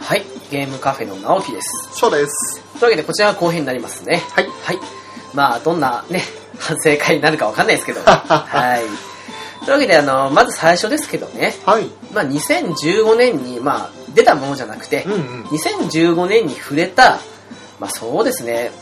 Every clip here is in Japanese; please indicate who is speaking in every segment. Speaker 1: はい、ゲームカフェの直樹です。
Speaker 2: 翔です。
Speaker 1: というわけで、こちらが後編になりますね。
Speaker 2: はい。
Speaker 1: はい。まあ、どんなね、反省会になるかわかんない ですけど。はい。というわけで、あの、まず最初ですけどね、
Speaker 2: はい。
Speaker 1: まあ、2015年に、まあ、出たものじゃなくて
Speaker 2: う、んうん。
Speaker 1: 2015年に触れた、まあ、そうですね、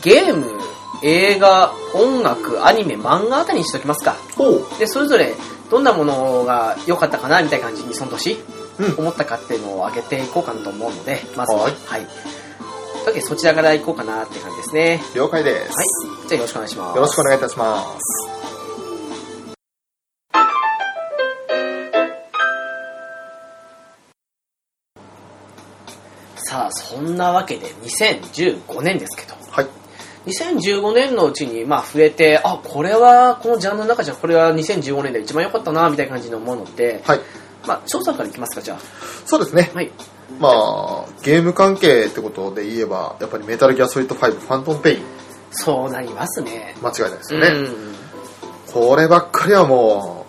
Speaker 1: ゲーム、映画、音楽、アニメ、漫画あたりにしときますか。
Speaker 2: ほう。
Speaker 1: で、それぞれ、どんなものが良かったかな、みたいな感じに、その年、
Speaker 2: うん。
Speaker 1: 思ったかっていうのを上げていこうかなと思うので、まずは、は
Speaker 2: はいい。
Speaker 1: というわけでそちらからいこうかなって感じですね。
Speaker 2: 了解です。
Speaker 1: はい。じゃあよろしくお願いします。
Speaker 2: よろしくお願いいたします。
Speaker 1: さあ、そんなわけで2015年ですけど、
Speaker 2: はい。
Speaker 1: 2015年のうちに、まあ、触れて、あ、これは、このジャンルの中じゃ、これは2015年で一番良かったな、みたいな感じのものって、
Speaker 2: はい。
Speaker 1: まあ、翔さんからいきますか、じゃ
Speaker 2: そうですね
Speaker 1: あ。。はい。
Speaker 2: まあ、ゲーム関係ってことで言えば、やっぱりメタルギアソリッド5ファントムペイン、
Speaker 1: そうなりますね。
Speaker 2: 間違いないですよね。
Speaker 1: うん。
Speaker 2: こればっかりはもう、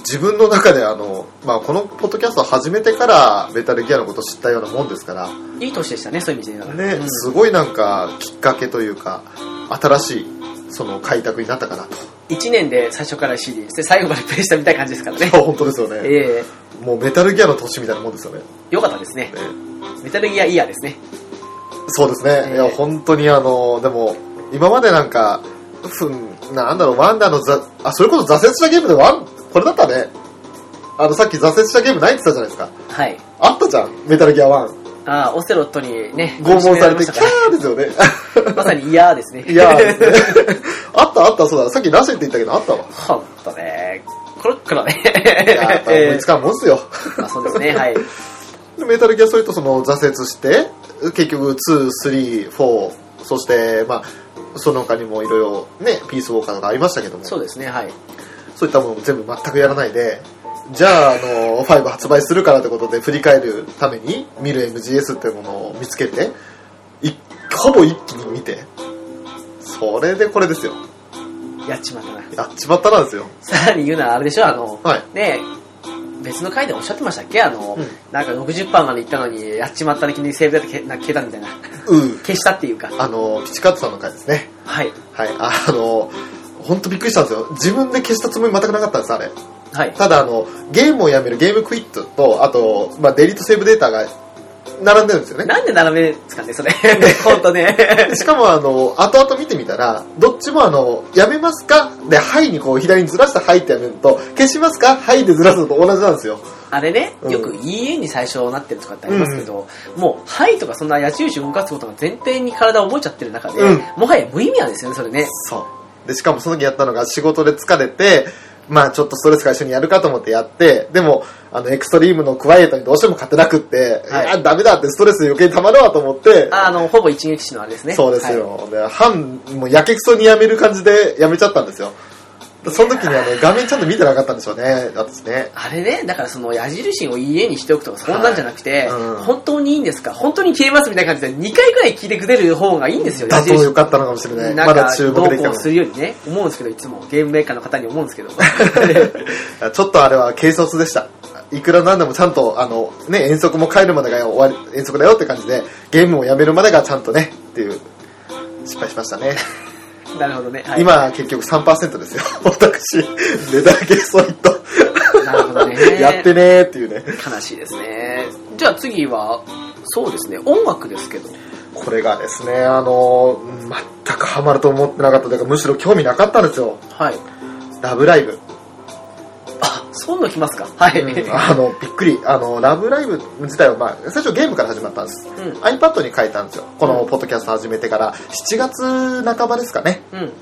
Speaker 2: 自分の中であの、まあこのポッドキャストを始めてからメタルギアのことを知ったようなもんですから、
Speaker 1: いい年でしたね、そういう意味で言うなら
Speaker 2: ね、すごいなんかきっかけというか、新しいその開拓になったかな と。
Speaker 1: 1年で最初から CD、で最後までプレイしたみたいな感じですからね。
Speaker 2: 本当ですよね。
Speaker 1: ええ
Speaker 2: もうメタルギアの年みたいなもんですよね。
Speaker 1: 良かったですね。
Speaker 2: ね
Speaker 1: メタルギアイヤーですね。
Speaker 2: そうですね、
Speaker 1: ええ
Speaker 2: いや本当にあのでも今までなんかふんなんだろうワンダーのざあそれこそ挫折したゲームでワンこれだったねあのさっき挫折したゲームないって言ったじゃないですか
Speaker 1: はい。
Speaker 2: あったじゃんメタルギア1
Speaker 1: ああ、オセロットにね、
Speaker 2: 拷問され
Speaker 1: 苦
Speaker 2: て
Speaker 1: しめらまし
Speaker 2: キ
Speaker 1: たか
Speaker 2: ャ
Speaker 1: ら
Speaker 2: ーですよ ね
Speaker 1: まさにイヤー ですね。
Speaker 2: いやーですねあったあったそうださっきラシェって言ったけどあったわ
Speaker 1: ほんとね、コロッコロね。
Speaker 2: いややっぱ思いつかんもんっすよ
Speaker 1: まあそうですね、はい。
Speaker 2: でメタルギアそれとその挫折して結局234そしてまあその他にもいろいろねピースウォーカーとかありましたけども
Speaker 1: そうですね、はい。
Speaker 2: そういったものも全部全くやらないで、じゃあ、あの、5発売するからということで、振り返るために、見る MGS っていうものを見つけて、いほぼ一気に見て、それでこれですよ。
Speaker 1: やっちまったな。
Speaker 2: やっちまったなんですよ。
Speaker 1: さらに言うのはあれでしょ、あの、
Speaker 2: はい。
Speaker 1: ね別の回でおっしゃってましたっけあの、
Speaker 2: うん
Speaker 1: なんか60パーまで行ったのに、やっちまっただけにセーブだけ消消えたみたいな。
Speaker 2: うー。
Speaker 1: 消したっていうか。
Speaker 2: あの、ピチカートさんの回ですね。
Speaker 1: はい。
Speaker 2: はい。あの、ほんとびっくりしたんですよ。自分で消したつもり全くなかったんです、あれ。
Speaker 1: はい。
Speaker 2: ただ、あの、ゲームをやめるゲームクイットと、あと、まあ、デリートセーブデータが並んでるんですよね。
Speaker 1: なんで斜めですかね、 それ。ほんとね。
Speaker 2: で しかもあの後々見てみたらどっちもあの「やめますか?」で「はい」にこう左にずらして「はい」ってやめると「消しますか?」「はい」でずらすのと同じなんですよ
Speaker 1: あれね、
Speaker 2: うん
Speaker 1: よく EA に最初なってるとかってありますけど、もう、はいとかそんな矢印動かすことが前提に体を覚えちゃってる中で、
Speaker 2: うん
Speaker 1: もはや無意味なんですよね、それね。
Speaker 2: そうでしかもその時やったのが仕事で疲れてまあちょっとストレス解消にやるかと思ってやってでもあのエクストリームのクワイエットにどうしても勝てなくって、
Speaker 1: はい
Speaker 2: い、やダメだってストレス余計にたまるわと思って
Speaker 1: あの、ほぼ一撃死のあれですね。
Speaker 2: そうですよ、で半もうやけくそにやめる感じでやめちゃったんですよでその時にあの画面ちゃんと見てなかったんでしょうね私ね
Speaker 1: はい。あれね、だからその矢印を EA にしておくとかそんなんじゃなくて、
Speaker 2: はいうん
Speaker 1: 本当にいいんですか本当に消えますみたいな感じで2回くらい聞いてくれる方がいいんですよ、
Speaker 2: だと良かったのかもしれない。
Speaker 1: な
Speaker 2: ま
Speaker 1: んか
Speaker 2: だ注
Speaker 1: ど
Speaker 2: 目で
Speaker 1: う
Speaker 2: き
Speaker 1: こ
Speaker 2: た
Speaker 1: う
Speaker 2: の
Speaker 1: するようにね、思うんですけど、いつも。ゲームメーカーの方に思うんですけど。
Speaker 2: ちょっとあれは軽率でした。いくらなんでもちゃんと、あの、ね、遠足も帰るまでが終わり、遠足だよって感じで、ゲームをやめるまでがちゃんとね、っていう、失敗しましたね。
Speaker 1: なるほどね。はい、
Speaker 2: 今、結局3%ですよ。 私、メダルゲソリッド。
Speaker 1: なるほどね
Speaker 2: やってねーっていうね。
Speaker 1: 悲しいですね。 じゃあ次は、そうですね、音楽ですけど。
Speaker 2: これがですね、あの、全くハマると思ってなかったというか、むしろ興味なかったんですよ。
Speaker 1: はい。
Speaker 2: ラブライブ。
Speaker 1: あ、そういうの来ますか。はい。
Speaker 2: うんあの、びっくり。あの、ラブライブ自体は、まあ、最初ゲームから始まったんです。
Speaker 1: うん
Speaker 2: iPad に書いたんですよ。このポッドキャスト始めてから、7月半ばですかね。
Speaker 1: うん。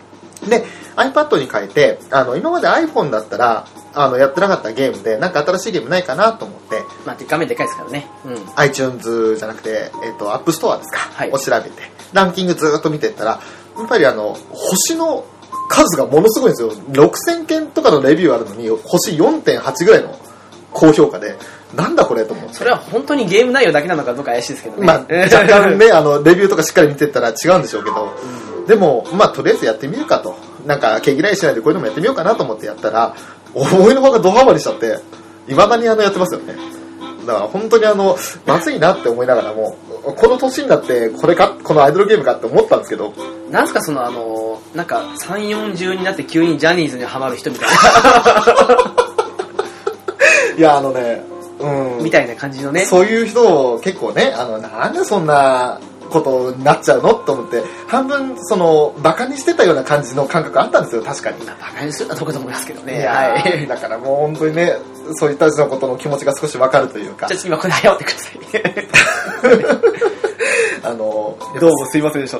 Speaker 2: で、iPad に書いて、あの、今まで iPhone だったら、あの、やってなかったゲームで、なんか新しいゲームないかなと思って、
Speaker 1: まあ、で画面でかいですからね。うん。
Speaker 2: iTunes じゃなくて、えっ、と、App Store ですか、
Speaker 1: はい
Speaker 2: を調べて、ランキングずーっと見てったら、やっぱりあの、星の数がものすごいんですよ。6000件とかのレビューあるのに、星4.8ぐらいの高評価で、なんだこれと思って。
Speaker 1: それは本当にゲーム内容だけなのかどうか怪しいですけどね。
Speaker 2: まあ、若干。ね、あの、レビューとかしっかり見てったら違うんでしょうけど、でも、まあ、とりあえずやってみるかと。なんか、毛嫌いしないでこういうのもやってみようかなと思ってやったら、思いのほかドハマりしちゃって、いまだにあの、やってますよね。だから本当にあの、まずいなって思いながらも、この年になってこれか、このアイドルゲームかって思ったんですけど、
Speaker 1: なんすかそのあのなんか3、40になって急にジャニーズにハマる人みたい
Speaker 2: いや、あのね、う
Speaker 1: な、
Speaker 2: ん
Speaker 1: み。たいな感じのね。
Speaker 2: そういう人を結構ね、あの、なんでそんなことになっちゃうのと思って、半分、その、馬鹿にしてたような感じの感覚あったんですよ、確かに。
Speaker 1: まあバカにするのはどこでもいますけど
Speaker 2: い
Speaker 1: ね。
Speaker 2: や
Speaker 1: はい。
Speaker 2: ー
Speaker 1: じゃ
Speaker 2: だからもう本当にね、そういった人のことの気持ちが少しわかるというか
Speaker 1: あ、次はこれ謝ってくださ
Speaker 2: あの、
Speaker 1: い。どうもすいませんでした。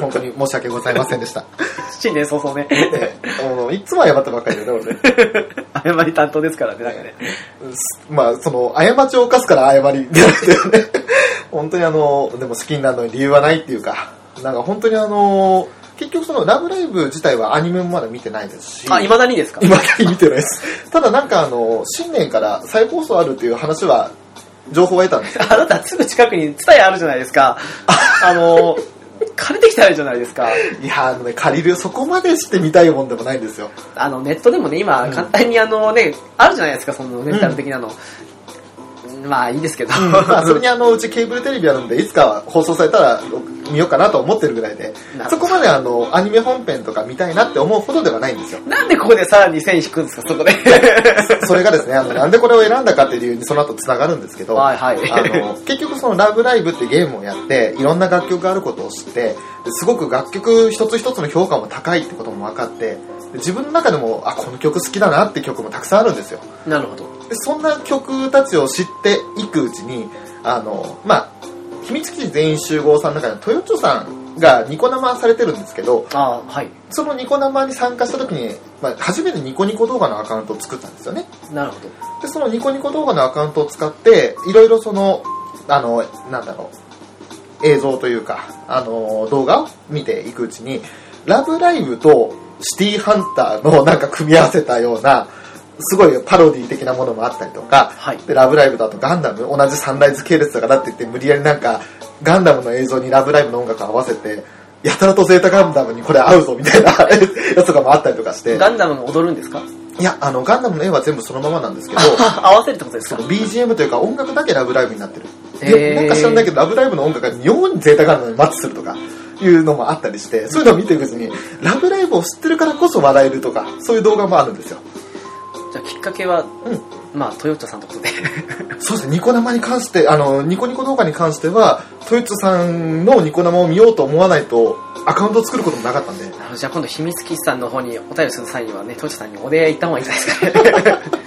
Speaker 2: 本当に申し訳ございませんでした。
Speaker 1: 新年早々ね。
Speaker 2: ねあのいつも謝ってばっかりだよね、俺ね。
Speaker 1: 謝り担当ですからね、なんかね。
Speaker 2: まあ、その、過ちを犯すから謝りってだよね。 本当にあの、でも好きになるのに理由はないっていうか、なんか本当にあの、結局その、ラブライブ自体はアニメもまだ見てないですし、
Speaker 1: あ、未だにですか
Speaker 2: 今だに見てないです。ただなんかあの、新年から再放送あるっていう話は、情報を得たんです。
Speaker 1: あなたすぐ近くにツタヤあるじゃないです か。あの、借りてきたらいいじゃないですか。
Speaker 2: いやーあのね、借りる、そこまでして見たいもんでもないんで すよ。
Speaker 1: あの、ネットでもね、今、簡単にあのね、あるじゃないですか、そのレンタル的なの。 まあ、いいんですけど。
Speaker 2: まあ、それにあのうちケーブルテレビあるんでいつか放送されたら見ようかなと思ってるぐらいで
Speaker 1: なるほど
Speaker 2: そこまであのアニメ本編とか見たいなって思うほどではないんですよ
Speaker 1: なんでここでさらに線引くんですか、そこ で。
Speaker 2: それがですねあのなんでこれを選んだかっていう理由にその後つながるんですけど
Speaker 1: は
Speaker 2: あ
Speaker 1: いはい。
Speaker 2: の結局その「ラブライブ!」ってゲームをやっていろんな楽曲があることを知ってですごく楽曲一つ一つの評価も高いってことも分かって自分の中でもあこの曲好きだなって曲もたくさんあるんですよ
Speaker 1: なるほど。
Speaker 2: でそんな曲たちを知っていくうちに、あの、まあ、秘密基地全員集合さんの中のトヨッチョさんがニコ生されてるんですけど、
Speaker 1: ああ、はい。
Speaker 2: そのニコ生に参加した時に、まあ、初めてニコニコ動画のアカウントを作ったんですよね。
Speaker 1: なるほど。
Speaker 2: で、そのニコニコ動画のアカウントを使って、いろいろその、あの、なんだろう、映像というか、あの、動画を見ていくうちに、ラブライブとシティハンターのなんか組み合わせたような、すごいパロディ的なものもあったりとか、
Speaker 1: はい。
Speaker 2: で、ラブライブだとガンダム、同じサンライズ系列だからって言って、無理やりなんか、ガンダムの映像にラブライブの音楽を合わせて、やたらとゼータガンダムにこれ合うぞみたいな やつとかもあったりとかして、
Speaker 1: ガンダムも踊るんですか
Speaker 2: いや、あの、ガンダムの絵は全部そのままなんですけど、
Speaker 1: 合わせるってことです
Speaker 2: そ
Speaker 1: か
Speaker 2: の BGM というか音楽だけラブライブになってる。
Speaker 1: へ
Speaker 2: で
Speaker 1: ー
Speaker 2: なんか知らないけど、ラブライブの音楽が妙にゼータガンダムにマッチするとか、いうのもあったりして、そういうのを見ていくうちに、ラブライブを知ってるからこそ笑えるとか、そういう動画もあるんですよ。
Speaker 1: じゃあきっかけは、
Speaker 2: うん
Speaker 1: まあ、トヨッチョさんってことで。
Speaker 2: そうですね、ニコ生に関して、あの、ニコニコ動画に関しては、トヨッツさんのニコ生を見ようと思わないと、アカウントを作ることもなかったんで、
Speaker 1: あのじゃあ今度、秘密基地さんの方にお便りする際にはね、トヨッチョさんにお礼行った方がいいんじゃないですかね。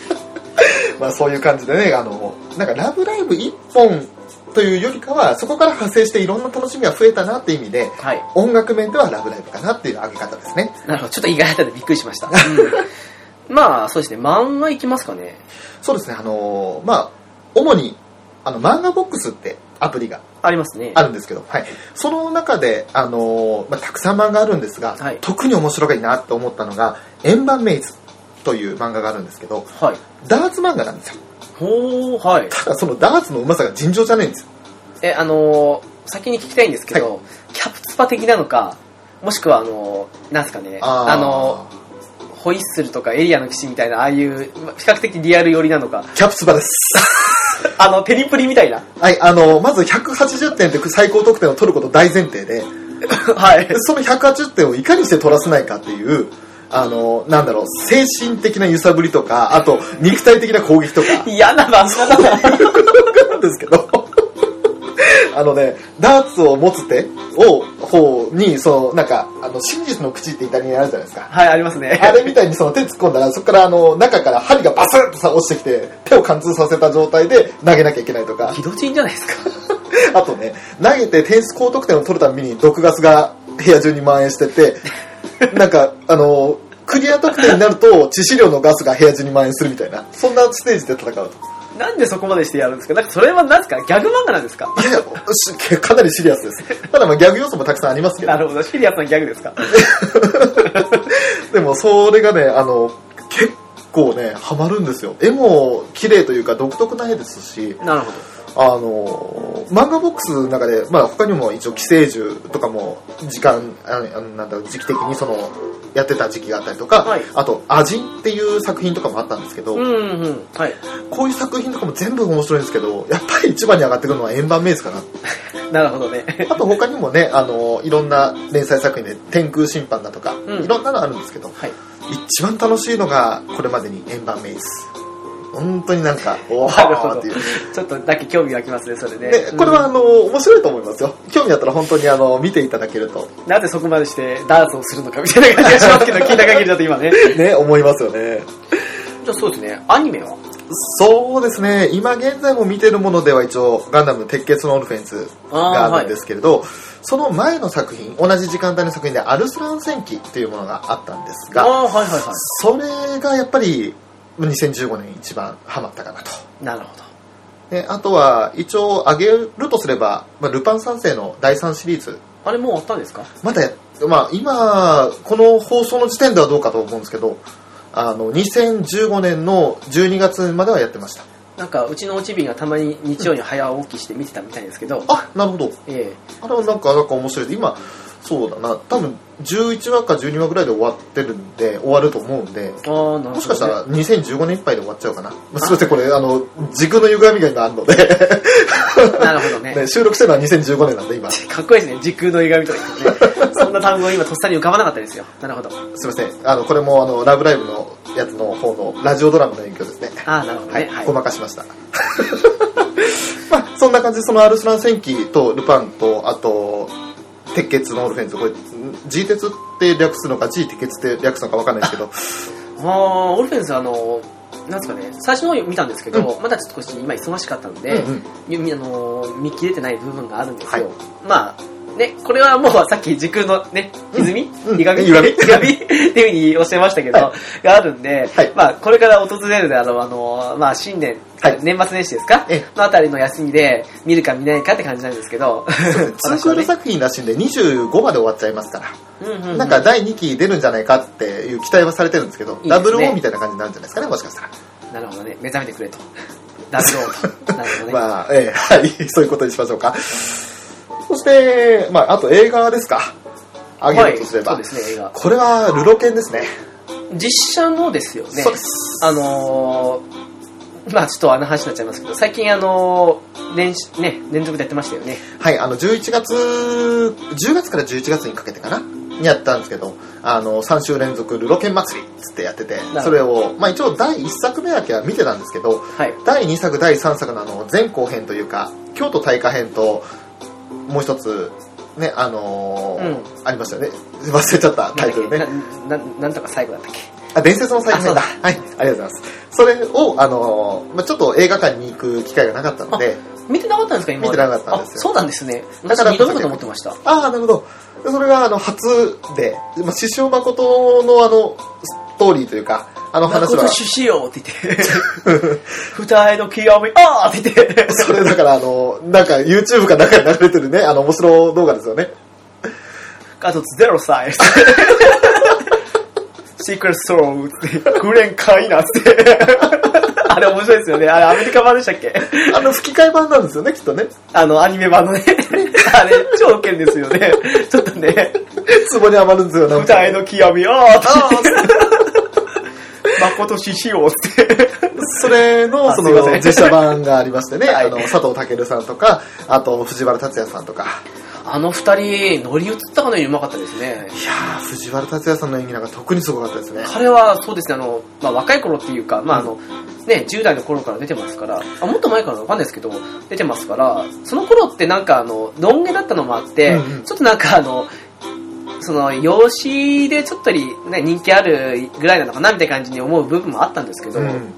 Speaker 2: まあそういう感じでね、あの、なんかラブライブ一本というよりかは、そこから派生していろんな楽しみが増えたなって意味で、
Speaker 1: はい。
Speaker 2: 音楽面ではラブライブかなっていう上げ方ですね。
Speaker 1: なるほど。ちょっと意外だったんでびっくりしま した。うん、まあ、そうですね。漫画いきますかね。
Speaker 2: そうですね、あの、まあ、主に、あの、漫画ボックスってアプリが
Speaker 1: ありますね。
Speaker 2: あるんですけど、はい、その中で、あのーまあ、たくさん漫画あるんですが、
Speaker 1: はい
Speaker 2: 特に面白いなと思ったのが「円盤メイズ」という漫画があるんですけど
Speaker 1: はい。
Speaker 2: ダーツ漫画なんですよ
Speaker 1: ほー、はい。
Speaker 2: ただそのダーツのうまさが尋常じゃないんですよ
Speaker 1: え、あのー先に聞きたいんですけど、キャプツパ的なのか、もしくは、あのーなんすかね、あの
Speaker 2: ー
Speaker 1: ーホイッスルとかエリアの騎士みたいな、ああいう、ま比較的リアル寄りなのか、
Speaker 2: キャプツバです
Speaker 1: あの、テリプリみたいな。
Speaker 2: はいあのーまず180点という最高得点を取ること大前提で
Speaker 1: はい
Speaker 2: で。その180点をいかにして取らせないかっていうあのーなんだろう精神的な揺さぶりとかあと肉体的な攻撃とか
Speaker 1: 嫌な漫画だな。
Speaker 2: なんですけど、 あのね、ダーツを持つ手を、方に、その、なんか、あの、真実の口ってイタリアにあるじゃないですか。
Speaker 1: はい、ありますね。
Speaker 2: あれみたいにその手突っ込んだら、そこからあの、中から針がバスンとさ落ちてきて、手を貫通させた状態で投げなきゃいけないとか
Speaker 1: ひ、どちんじゃないですか。
Speaker 2: あとね、投げて点数高得点を取るたびに毒ガスが部屋中に蔓延してて、なんか、あの、クリア得点になると致死量のガスが部屋中に蔓延するみたいな、そんなステージで戦うと。
Speaker 1: なんでそこまでしてやるんですかなんかそれは何ですかギャグ漫画なんですか
Speaker 2: いやいやし かなりシリアスです。ただまあギャグ要素もたくさんありますけ ど
Speaker 1: な。るほど。シリアスなギャグですか
Speaker 2: でもそれがね、あの、結構ね、ハマるんですよ。絵も綺麗というか独特な絵ですし、
Speaker 1: なるほど。
Speaker 2: あの、漫画ボックスの中で、まあ他にも一応寄生獣とかも時間、ああなんだろう時期的にその、やってた時期があったりとか、
Speaker 1: はい
Speaker 2: あと「アジン」っていう作品とかもあったんですけど、
Speaker 1: うんうんはい
Speaker 2: こういう作品とかも全部面白いんですけどやっぱり一番に上がってくるのは円盤メイズかな
Speaker 1: なるほどね
Speaker 2: あと他にもねあのいろんな連載作品で「天空審判」だとか、
Speaker 1: うん
Speaker 2: いろんなのあるんですけど
Speaker 1: はい
Speaker 2: 一番楽しいのがこれまでに円盤メイズ本当になんかおお
Speaker 1: なるほど
Speaker 2: っていう
Speaker 1: ちょっとだけ興味湧きますねそれね
Speaker 2: でこれはあの面白いと思いますよ興味あったら本当にあの見ていただけると
Speaker 1: うんなぜそこまでしてダーツをするのかみたいな感じがしますけ ど聞いた限りだと今ね
Speaker 2: ね思いますよね
Speaker 1: じゃあそうですねアニメは
Speaker 2: そうですね今現在も見てるものでは一応「ガンダム鉄血のオルフェンス」があるんですけれど、その前の作品同じ時間帯の作品で「アルスラン戦記」というものがあったんです
Speaker 1: あ
Speaker 2: が
Speaker 1: あはいはいは
Speaker 2: それがやっぱり2015年一番ハマったかなと
Speaker 1: いなるほど
Speaker 2: であとは一応挙げるとすれば「まあ、ルパン三世」の第3シリーズ
Speaker 1: あれもう終わったんですか
Speaker 2: まだやまあ、今この放送の時点ではどうかと思うんですけどあの2015年の12月まではやってました
Speaker 1: なんかうちのおちびがたまに日曜に早起きして見てたみたいですけど、
Speaker 2: あなるほど
Speaker 1: え
Speaker 2: あれはなんかなんか面白いです今そうだな多分11話か12話ぐらいで終わってるんで終わると思うんで
Speaker 1: えああなるほどね、
Speaker 2: もしかしたら2015年いっぱいで終わっちゃうかなすいませんこれあの時空の歪みが今あるので、
Speaker 1: なるほどね
Speaker 2: ね収録してるのは2015年な んで今す
Speaker 1: かっこいいですね時空の歪みとか言ってねそんな単語が今とっさに浮かばなかったですよなるほど
Speaker 2: いませんあのこれもあの「ラブライブ!」のやつの方のラジオドラマの影響ですね
Speaker 1: ああなるほど
Speaker 2: は
Speaker 1: ね
Speaker 2: い、ごまかしました。 まあ、そんな感じで、そのアルスラン戦記とルパンと、あと、鉄血のオルフェンズ、これ、G 鉄って略すのか、G 鉄血って略すのかわかんないで すけ
Speaker 1: あ
Speaker 2: ど、
Speaker 1: あオルフェンスあのなんですかね最初の方見たんですけど、まだちょっと少し今忙しかったので、
Speaker 2: うんうん
Speaker 1: みみあの見切れてない部分があるんですよ、
Speaker 2: は
Speaker 1: まあねこれはもう さっき時空のね歪み、
Speaker 2: うん
Speaker 1: 歪み
Speaker 2: 歪み
Speaker 1: 歪みっていうふうにおっしゃいましたけど、
Speaker 2: は
Speaker 1: があるんで、
Speaker 2: はい
Speaker 1: まあこれから訪れるであろうあのまあ新年、
Speaker 2: はい
Speaker 1: 年末年始ですか
Speaker 2: ええ
Speaker 1: のあたりの休みで見るか見ないかって感じなんですけ ど
Speaker 2: ツークール作品らしいんで、25まで終わっちゃいますか
Speaker 1: う
Speaker 2: ら、
Speaker 1: んうんうん
Speaker 2: なんか第2期出るんじゃないかっていう期待はされてるんですけど、
Speaker 1: すね
Speaker 2: ダブル O みたいな感じになるんじゃないですかね、もしかしたら。
Speaker 1: なるほどね目覚めてく れとダブルオーとなるほどね、
Speaker 2: まあ、ええ、はい、 そういうことにしましょうか。そして、まあ、あと映画ですか。あげるとすれば。
Speaker 1: はい、そうですね映画
Speaker 2: これは、ルロケンですね。
Speaker 1: 実写のですよね
Speaker 2: そうです。
Speaker 1: あのーまあちょっとあの話になっちゃいますけど最近あのー連しね、連続でやってましたよね
Speaker 2: はい、あの、11月、10月から11月にかけてかなにやったんですけど、あの、3週連続ルロケン祭りっつってやってて
Speaker 1: ど、
Speaker 2: それを、まあ一応第1作目だけは見てたんですけど、
Speaker 1: はい
Speaker 2: 第2作、第3作のあの、前後編というか、京都大火編と、もう一つ、ね、あのーありましたよね。忘れちゃったタイトルね。
Speaker 1: なんだっけなななんとか最後だったっけ
Speaker 2: あ、伝説の再編だ。
Speaker 1: あ
Speaker 2: はい、ありがとうございます。それを、あのーまあちょっと映画館に行く機会がなかったので、
Speaker 1: 見てなかったんですか今ま
Speaker 2: 見てなかったんですよ
Speaker 1: あそうなんですね
Speaker 2: だ
Speaker 1: 私
Speaker 2: から
Speaker 1: 2度目かと思ってました
Speaker 2: ああ、なるほど。でそれが、あの、初で、まあ、獅子王誠の、あの、ストーリーというか、あの話
Speaker 1: 誠
Speaker 2: は
Speaker 1: と、獅子王って言って二重の極みああって言って
Speaker 2: それだから、あの、なんか、YouTube かなんかに流れてるね、あの、面白動画ですよね。
Speaker 1: あとゼロ サイズ。シークレットソロって、グレンカイナって。 あれ面白いですよね。あれアメリカ版でしたっけ
Speaker 2: あの、吹き替え版なんですよね、きっとね。
Speaker 1: あの、アニメ版の ね。あれ、超ウケるんですよね。ちょっとね、
Speaker 2: ツボに余るんですよ、なんか
Speaker 1: 歌いの極み、あーって。誠獅子王って。
Speaker 2: それ の、
Speaker 1: あ
Speaker 2: そ
Speaker 1: すいま
Speaker 2: の、
Speaker 1: せん
Speaker 2: 実写版がありましてね、
Speaker 1: はい
Speaker 2: あの、佐藤健さんとか、あと、藤原竜也さんとか。
Speaker 1: あの二人、乗り移ったかのようにうまかったですね。
Speaker 2: いやー、藤原竜也さんの演技なんか特にすごかったですね。
Speaker 1: 彼は、そうですね、あの、まあ、若い頃っていうか、まあ、あの、ね、10代の頃から出てますから、あ、もっと前からわかんないですけど、出てますから、その頃ってなんか、あの、ロン毛だったのもあって、
Speaker 2: うんうん
Speaker 1: ちょっとなんか、あの、その、養子でちょっとり、ね、人気あるぐらいなのかな、みたいな感じに思う部分もあったんですけど、
Speaker 2: うん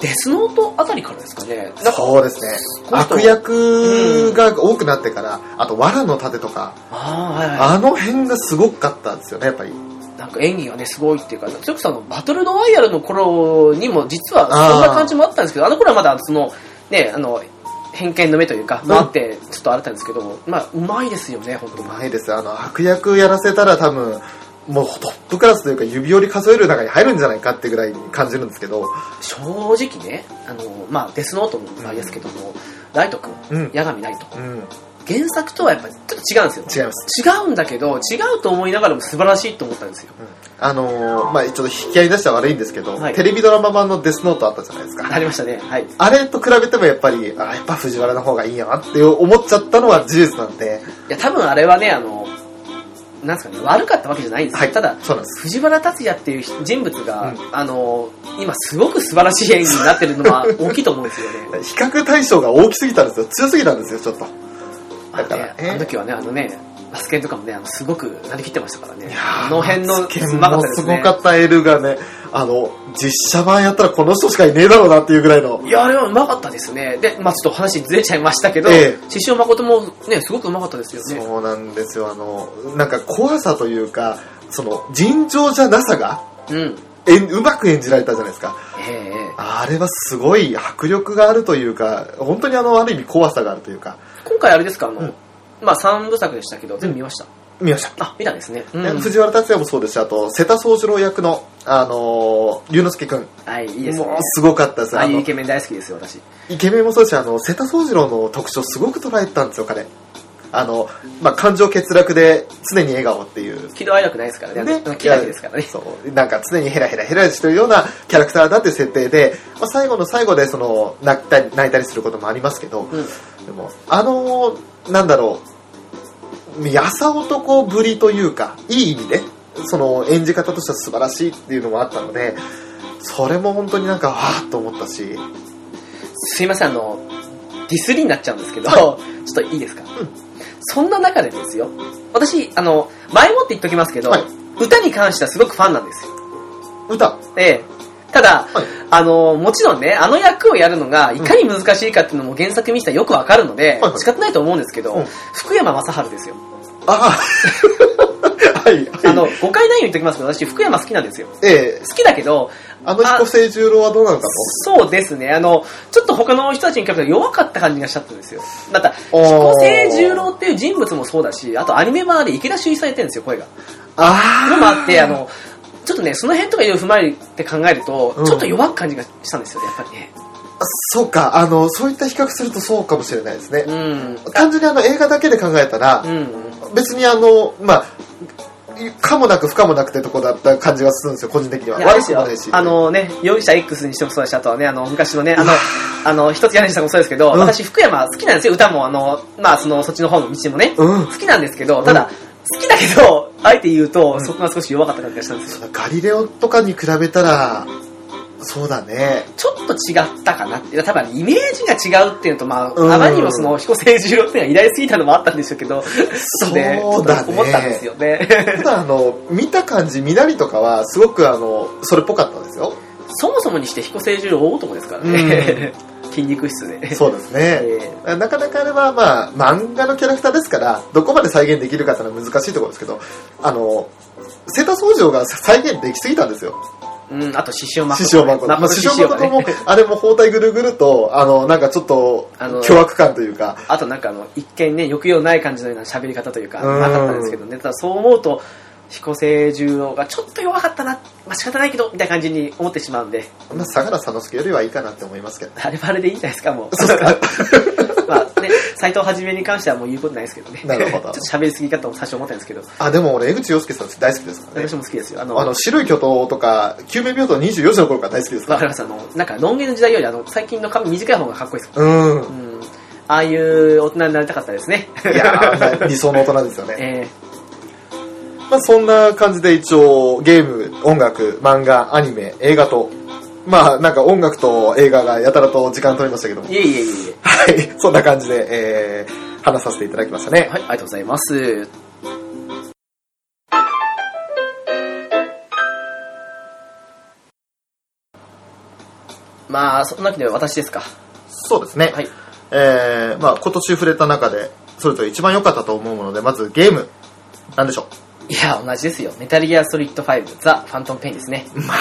Speaker 1: デスノートあたりからですかね、なんか、
Speaker 2: そうですね。
Speaker 1: 今度
Speaker 2: 悪役が多くなってから、あと、藁の盾とか、
Speaker 1: ああ、はいはい。
Speaker 2: あの辺がすごかったんですよね、やっぱり。
Speaker 1: なんか演技がね、すごいっていうか、それこそあの、バトルロワイヤルの頃にも、実はそんな感じもあったんですけど、あの頃はまだ、その、ね、あの、偏見の目というか、
Speaker 2: ん
Speaker 1: もあって、ちょっとあれだったんですけども、まあ、うまいですよね、本当
Speaker 2: う
Speaker 1: に。
Speaker 2: まいですよあの、悪役やらせたら多分、もうトップクラスというか指折り数える中に入るんじゃないかってぐらいに感じるんですけど、
Speaker 1: 正直ね、あの、まあ、デスノートもうまいですけども、ライト君、
Speaker 2: うん
Speaker 1: 八神ライト
Speaker 2: うん。
Speaker 1: 原作とはやっぱりちょっと違うんですよ
Speaker 2: 違いま
Speaker 1: 違
Speaker 2: す。
Speaker 1: うんだけど違うと思いながらも素晴らしいと思ったんですよ
Speaker 2: あのーまあちょっと引き合い出したら悪いんですけど、
Speaker 1: はい
Speaker 2: テレビドラマ版のデスノートあったじゃないですか。
Speaker 1: ありましたねはい
Speaker 2: あれと比べてもやっぱり、あやっぱ藤原の方がいいよなって思っちゃったのは事実なんで、
Speaker 1: いや、多分あれはね、あの、なんですかね、悪かったわけじゃないんですよ。
Speaker 2: はい
Speaker 1: ただ、
Speaker 2: そうなんです。
Speaker 1: 藤原竜也っていう人物が、
Speaker 2: う
Speaker 1: あの、今すごく素晴らしい演技になってるの は大きいと思うんですよね。
Speaker 2: 比較対象が大きすぎたんですよ。強すぎたんですよ、ちょっと。だから
Speaker 1: あのね
Speaker 2: ね
Speaker 1: あの時はね、あのね、バスケンとかもね、あのすごくなりきってましたからね。
Speaker 2: ー
Speaker 1: あの辺の
Speaker 2: 剣
Speaker 1: うまかっ
Speaker 2: も
Speaker 1: たですす
Speaker 2: ご
Speaker 1: ね。
Speaker 2: かったエルがね、あの、実写版やったらこの人しかいねえだろうなっていうぐらいの
Speaker 1: い。や、あれはうまかったですね。で、まあちょっと話ずれちゃいましたけど、
Speaker 2: ええ
Speaker 1: 師匠誠もね、すごくうまかったですよね。
Speaker 2: そうなんですよ、あの、なんか怖さというか、その、尋常じゃなさが、
Speaker 1: うん。
Speaker 2: えんうまく演じられたじゃないですか。
Speaker 1: ええええ
Speaker 2: あれはすごい迫力があるというか、本当にあの、ある意味怖さがあるというか、
Speaker 1: 今回あれですか、あの、
Speaker 2: うん
Speaker 1: まあ3部作でしたけど、全部見ました。
Speaker 2: 見ました。
Speaker 1: あ、見たんですね。うん
Speaker 2: ね藤原達也もそうですし、あと、瀬田宗次郎役の、あのー龍之介くん。
Speaker 1: はい、いいですね。
Speaker 2: もうすごかったです。
Speaker 1: ああ
Speaker 2: あ
Speaker 1: いう
Speaker 2: の
Speaker 1: イ、ケメン大好きですよ、私。
Speaker 2: イケメンもそうですし、あの、瀬田宗次郎の特徴すごく捉えてたんですよ、彼。あの、まあ、感情欠落で常に笑顔っていう。
Speaker 1: 喜怒哀楽ないですからね。
Speaker 2: ね
Speaker 1: あのキラキラですからね。
Speaker 2: そう。なんか常にヘラヘラヘラしてるようなキャラクターだっていう設定で、まあ、最後の最後でその、泣いたり、泣いたりすることもありますけど、
Speaker 1: うん。
Speaker 2: でも、あのなんだろう、優男ぶりというか、いい意味で、その演じ方としては素晴らしいっていうのもあったので、それも本当になんか、わーっと思ったし、
Speaker 1: すいません、あの、ディスりになっちゃうんですけど、ち
Speaker 2: は
Speaker 1: ょっといいですか、そんな中でですよ、私、あの、前もって言っときますけど、
Speaker 2: はい
Speaker 1: 歌に関してはすごくファンなんですよ。
Speaker 2: 歌、
Speaker 1: ええ。ただ、
Speaker 2: はい
Speaker 1: あの、もちろんね、あの役をやるのがいかに難しいかっていうのも原作見せたらよくわかるので、
Speaker 2: はいはい
Speaker 1: 仕方ないと思うんですけど、
Speaker 2: うん
Speaker 1: 福山雅治ですよ。
Speaker 2: あ ーはい、はい。
Speaker 1: あの、誤解ないように言っときますけど、私、福山好きなんですよ。
Speaker 2: ええ
Speaker 1: 好きだけど、
Speaker 2: あの彦星十郎はどうなのか
Speaker 1: そうですね。あの、ちょっと他の人たちに比べて弱かった感じがしちゃったんですよ。だった、
Speaker 2: おー
Speaker 1: 彦星十郎っていう人物もそうだし、あとアニメ版で池田修一さんやってるんですよ、声が。
Speaker 2: と。あ
Speaker 1: のもあって、あ、の、ちょっとね、その辺とかいろいろ踏まえて考えると、
Speaker 2: うん
Speaker 1: ちょっと弱く感じがしたんですよね、やっぱりね。
Speaker 2: そうか、あの、そういった比較するとそうかもしれないですね
Speaker 1: う。ん。
Speaker 2: 単純にあの映画だけで考えたら、
Speaker 1: うん。
Speaker 2: 別にあの、まあ、いかもなく不可もなくってとこだった感じがするんですよ、個人的には。
Speaker 1: いや
Speaker 2: 悪くもないし。
Speaker 1: あのね、容疑者 X にしてもそうだし、あとはね、あの、昔のね、あの、あの、一つ屋根さんもそうですけど、
Speaker 2: うん
Speaker 1: 私、福山好きなんですよ、歌も、あの、まあ、その、そっちの方の道もね、
Speaker 2: うん
Speaker 1: 好きなんですけど、た
Speaker 2: う
Speaker 1: だ、好きだけど、あえて言うと、そこが少し弱かった感じがしたんですよ。
Speaker 2: ガリレオとかに比べたら、そう だね。
Speaker 1: ちょっと違ったかなって、いや多分イメージが違うっていうのと、まあ、
Speaker 2: うん
Speaker 1: あまりにもその、彦星十郎っていうのが偉大すぎたのもあったんでしょうけど、
Speaker 2: そうだね
Speaker 1: ねちょっと思ったんですよね。
Speaker 2: ただあの、見た感じ、見なりとかは、すごくあの、それっぽかったんですよ。
Speaker 1: そもそもにして彦星十郎大男ですからね。 筋肉質 で。
Speaker 2: そうですね。
Speaker 1: え
Speaker 2: なかなかあれはまあ、漫画のキャラクターですから、どこまで再現できるかってのは難しいところですけど、あの、瀬田宗嬢が再現できすぎたんですよ。
Speaker 1: ーうん、あと、獅子王誠。
Speaker 2: 師匠誠。まあ、
Speaker 1: 師
Speaker 2: 師匠
Speaker 1: 匠
Speaker 2: 誠も、あれも包帯ぐるぐると、あの、なんかちょっと
Speaker 1: あの、
Speaker 2: 凶悪感というか、
Speaker 1: あとなんかあの、一見ね、抑揚ない感じのような喋り方というか、
Speaker 2: うん
Speaker 1: なかったんですけどね。ただそう思うと、彦星十郎がちょっと弱かったな、まあ、仕方ないけど、みたいな感じに思ってしまうんで、
Speaker 2: まあ、相良佐之助よりはいいかなって思いますけど。
Speaker 1: あれはあれでいいんじゃないですか、もう。 まあね、斎藤はじめに関してはもう言うことないですけどね。
Speaker 2: なるほど
Speaker 1: ちょっと喋りすぎかと最初思ったんですけど、
Speaker 2: あ、でも俺、江口洋介さん大好きですからね
Speaker 1: 私。も好きですよ。あの、
Speaker 2: あの、白い巨頭とか、救命病棟24時の頃から大好きですか。
Speaker 1: わからります、あの、なんか、ロン毛の時代より、あの、最近の髪短い方がかっこいいです。
Speaker 2: う
Speaker 1: う
Speaker 2: ん。
Speaker 1: ん。ああいう大人になりたかったですね。
Speaker 2: いやー、 理想の大人ですよね。
Speaker 1: えー
Speaker 2: まあ、そんな感じで一応、ゲーム、音楽、漫画、アニメ、映画と、まあ、なんか音楽と映画がやたらと時間取りましたけども。
Speaker 1: いえいえいえい
Speaker 2: はい、そんな感じで、えー、話させていただきましたね。
Speaker 1: え。はい、ありがとうございます。まあ、そんなわけで私ですか。
Speaker 2: そうですね。
Speaker 1: はい。
Speaker 2: えー、まあ今年触れた中で、それぞれ一番良かったと思うもので、まずゲーム、なんでしょ
Speaker 1: いや、同じですよ。メタルギアソリッド5、ザ・ファントムペインですね。
Speaker 2: う。ま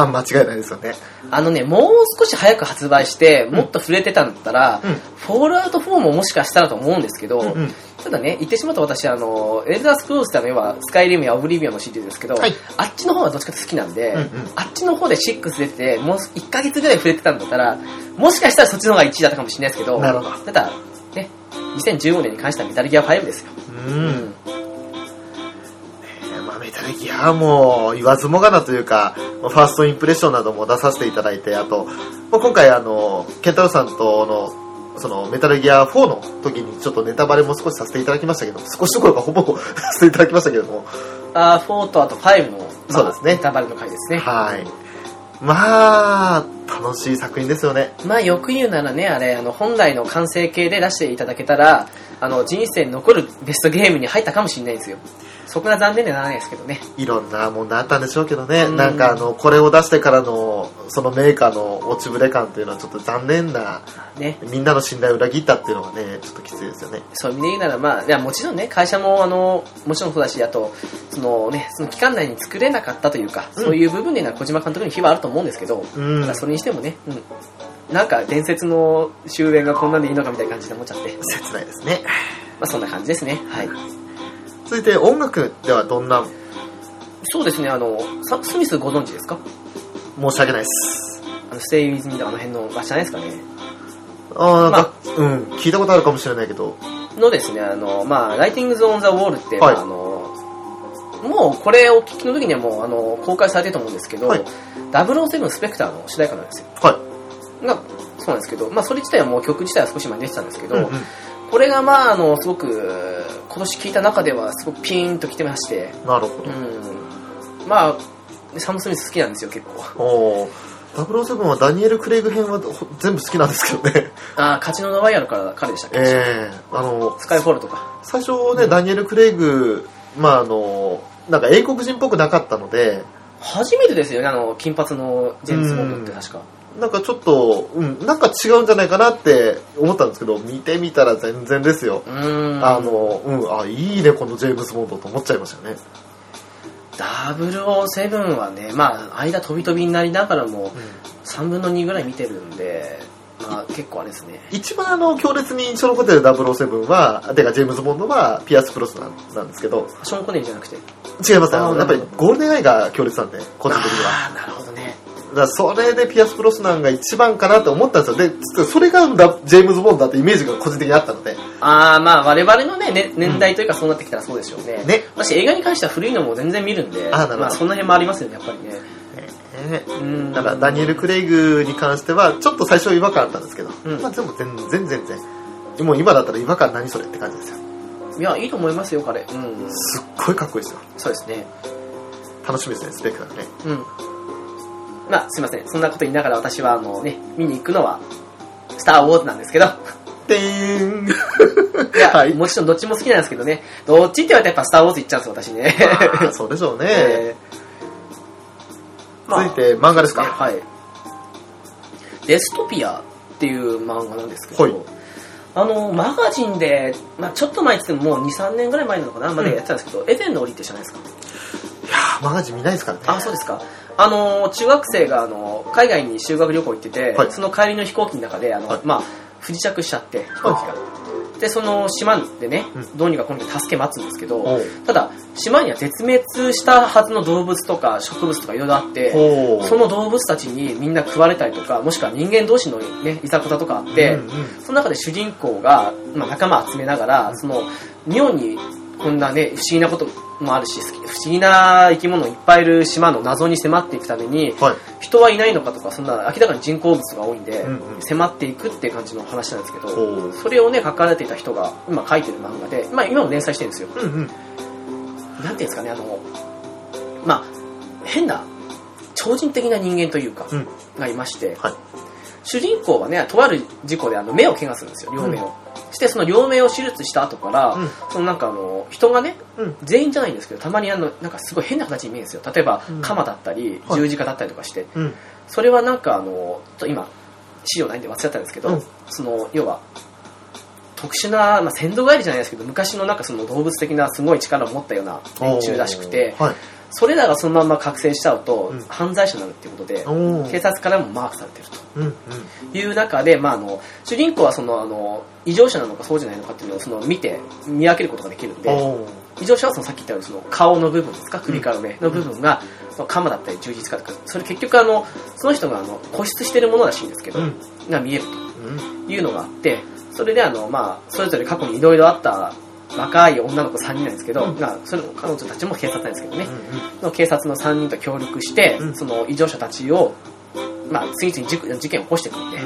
Speaker 2: あ、間違いないですよね。
Speaker 1: あのね、もう少し早く発売して、もっと触れてたんだったら、
Speaker 2: うん
Speaker 1: フォールアウト4ももしかしたらと思うんですけど、
Speaker 2: うんうん
Speaker 1: ただね、言ってしまうと私、あの、エルダースクロールってあの、要は、スカイリムやオブリビオンのシリーズですけど、
Speaker 2: はい
Speaker 1: あっちの方がどっちかって好きなんで、
Speaker 2: うんうん
Speaker 1: あっちの方で6出てて、もう1ヶ月ぐらい触れてたんだったら、もしかしたらそっちの方が1位だったかもしれないですけど、
Speaker 2: なるほ
Speaker 1: ただ、ね、 2015年に関してはメタルギア5ですよ。
Speaker 2: うん。えーまあ、メタルギアも言わずもがなというか、ファーストインプレッションなども出させていただいて、あと、もう今回あの、ケンタロウさんとの、そのメタルギア4の時にちょっとネタバレも少しさせていただきましたけど、少しどころかほぼ させていただきましたけれども、
Speaker 1: あー4とあと5の、まあ
Speaker 2: そうですね
Speaker 1: ネタバレの回ですね。
Speaker 2: はい。まあ、楽しい作品ですよね。
Speaker 1: まあよく言うならね、あれ、あの、本来の完成形で出していただけたら、あの、人生に残るベストゲームに入ったかもしれないですよ。そこが残念でならないですけどね。
Speaker 2: いろんな問題あったんでしょうけどね、
Speaker 1: うん
Speaker 2: なんかあの、これを出してからの、そのメーカーの落ちぶれ感というのはちょっと残念な
Speaker 1: ね。
Speaker 2: みんなの信頼を裏切ったっていうのはね、ちょっときついですよね。
Speaker 1: そういう意味で言うなら、まあ、いやもちろんね、会社も、あの、もちろんそうだし、あと、そのね、その期間内に作れなかったというか、
Speaker 2: うん
Speaker 1: そういう部分でいうのは小島監督に非はあると思うんですけど、
Speaker 2: うん
Speaker 1: ただそれにしてもね、うん。なんか伝説の終焉がこんなんでいいのかみたいな感じで思っちゃって、ま
Speaker 2: 切ないですね。
Speaker 1: あそんな感じですね。はい。
Speaker 2: 続いて音楽ではどんな、
Speaker 1: そうですね、あの、サム・スミスご存知ですか
Speaker 2: 申し訳ないです。
Speaker 1: あの、ステイ・ウィズ・ミーとかあの辺の場所じゃないですかね。
Speaker 2: あーなんか、うん、聞いたことあるかもしれないけど、
Speaker 1: のですね、あの、まあ、ライティングズ・オン・ザ・ウォールって、
Speaker 2: はい
Speaker 1: まああの、もうこれをお聞きの時にはもうあの公開されてると思うんですけど、
Speaker 2: はい
Speaker 1: 007スペクターの主題歌なんですよ。
Speaker 2: は
Speaker 1: がそうなんですけど、まあ、それ自体はもう曲自体は少し前に出てたんですけ
Speaker 2: い。
Speaker 1: ど、
Speaker 2: うんうん
Speaker 1: これがまああのすごく今年聴いた中ではすごくピーンときてまして、
Speaker 2: なるほ
Speaker 1: うん、まあサム・スミス好きなんですよ結構
Speaker 2: ど。おー007はダニエル・クレイグ編はほ全部好きなんですけどね。
Speaker 1: ああカチノ・ノワイヤルから彼でしたっけ、
Speaker 2: えー、あの、
Speaker 1: スカイフォールとか
Speaker 2: 最初ね、ダニエル・クレイグ、まああの、なんか英国人っぽくなかったので、
Speaker 1: 初めてですよねあの金髪のジェームズ・ボンドって確か
Speaker 2: なんかちょっと、うん、なんか違うんじゃないかなって思ったんですけど、見てみたら全然ですよ。
Speaker 1: うーん
Speaker 2: あの、うん、あ、いいね、このジェームズ・ボンドと思っちゃいましたよね。
Speaker 1: 007はねまあ間飛び飛びになりながらも3分の2ぐらい見てるんで、まあ、結構あれですね
Speaker 2: 一番あの、強烈に印象に残ってる007は、てかジェームズ・ボンドはピアス・プロスなんなんですけど、
Speaker 1: ショーン・コネリーじゃなくて
Speaker 2: 違いますね。あ
Speaker 1: あ
Speaker 2: の
Speaker 1: ー
Speaker 2: やっぱりゴールデンアイが強烈なんで、個人的には。
Speaker 1: ああなるほどね
Speaker 2: だからそれでピアス・プロスなんが一番かなって思ったんですよ。で、つそれがだジェームズ・ボンドだってイメージが個人的にあったので。
Speaker 1: ああまあ我々のねね年代というかそうなってきたらそうでしょうね、
Speaker 2: ね。
Speaker 1: 私映画に関しては古いのも全然見るんで
Speaker 2: あなるほど
Speaker 1: まあ、その辺もありますよねやっぱりね
Speaker 2: ね
Speaker 1: うん
Speaker 2: だからダニエル・クレイグに関しては、ちょっと最初は違和感あったんですけど、
Speaker 1: うん
Speaker 2: まあ全部全然全然。もう今だったら違和感何それって感じですよ。
Speaker 1: いやいいと思いますよ彼うん
Speaker 2: すっごいかっこいいですよ。
Speaker 1: そうですね
Speaker 2: 楽しみですね、スペクターね。
Speaker 1: うんまあすいませんそんなこと言いながら私はあのね見に行くのは「スター・ウォーズ」なんですけど
Speaker 2: てーん。
Speaker 1: いや、
Speaker 2: はい
Speaker 1: もちろんどっちも好きなんですけどね、どっちって言われたらやっぱスター・ウォーズ行っちゃうんです よ、私ね。
Speaker 2: まあそうでしょうね。
Speaker 1: えーまあ
Speaker 2: 続いて漫画ですか、
Speaker 1: はい。デストピアっていう漫画なんですけど、
Speaker 2: はい
Speaker 1: あの、マガジンで、まあちょっと前って言ってももう2、3年ぐらい前なのかな、までやってたんですけど、エデンの檻ってじゃないですか。
Speaker 2: い、やーマガジン見ないですからね。
Speaker 1: あ、そうですか。あの、中学生が、あの、海外に修学旅行行ってて、
Speaker 2: はい
Speaker 1: その帰りの飛行機の中で、あの、
Speaker 2: はい
Speaker 1: まあ不時着しちゃって、飛行機が。で、その島でね
Speaker 2: うん、
Speaker 1: どうにかこの助け待つんですけど、
Speaker 2: おう
Speaker 1: ただ島には絶滅したはずの動物とか植物とかいろいろあって
Speaker 2: ほう
Speaker 1: その動物たちにみんな食われたりとかもしくは人間同士の、ね、いざこざとかあって、
Speaker 2: うんうん
Speaker 1: その中で主人公が、まあ、仲間集めながらその妙にこんなね不思議なこともあるし好き不思議な生き物いっぱいいる島の謎に迫っていくために
Speaker 2: はい。
Speaker 1: 人はいないのかとかそんな明らかに人工物が多いんで、
Speaker 2: うんうん
Speaker 1: 迫っていくって感じの話なんですけ
Speaker 2: ほ
Speaker 1: ど
Speaker 2: う。
Speaker 1: それをね書かれていた人が今書いてる漫画で、まあ、今も連載してるんですよ
Speaker 2: うんう
Speaker 1: な
Speaker 2: ん。
Speaker 1: んていうんですかね、あの、まあ、変な、超人的な人間というか、
Speaker 2: うん
Speaker 1: がいまして、
Speaker 2: はい
Speaker 1: 主人公はね、とある事故であの目を怪我するんですよ、両目を。して、その両目を手術した後から、
Speaker 2: うん
Speaker 1: そのなんかあの、人がね、
Speaker 2: うん
Speaker 1: 全員じゃないんですけど、たまにあの、なんかすごい変な形に見えるんですよ。例えば
Speaker 2: うん、
Speaker 1: 鎌だったり、
Speaker 2: はい
Speaker 1: 十字架だったりとかして、
Speaker 2: うん。
Speaker 1: それはなんかあの、ちょっと今、資料ないんで忘れちゃったんですけど、
Speaker 2: うん
Speaker 1: その、要は、特殊な、まあ、先祖返りじゃないですけど、昔のなんかその動物的なすごい力を持ったような連中らしくて、
Speaker 2: はい。
Speaker 1: それらがそのまんま覚醒しちゃうと、
Speaker 2: うん
Speaker 1: 犯罪者になるっていうことで、
Speaker 2: お
Speaker 1: 警
Speaker 2: ー
Speaker 1: 察からもマークされてる
Speaker 2: うんうん。
Speaker 1: という中で、まあ、あの主人公はそのあの異常者なのかそうじゃないのかっていうのをその見て見分けることができるんで
Speaker 2: おー
Speaker 1: 異常者はそのさっき言ったようにその顔の部分ですか首から目の部分が、その鎌だったり充実かとかそれ結局あのその人があの固執してるものらしいんですけど、
Speaker 2: うん
Speaker 1: が見える
Speaker 2: うん。
Speaker 1: というのがあってそそれであの、まあ、それぞれ過去にいろいろあった若い女の子3人なんですけど、まあ、それ彼女たちも警察なんですけどね、の警察の3人と協力して、
Speaker 2: うん
Speaker 1: その異常者たちを、まあ、次々事故事件を起こしていくんで、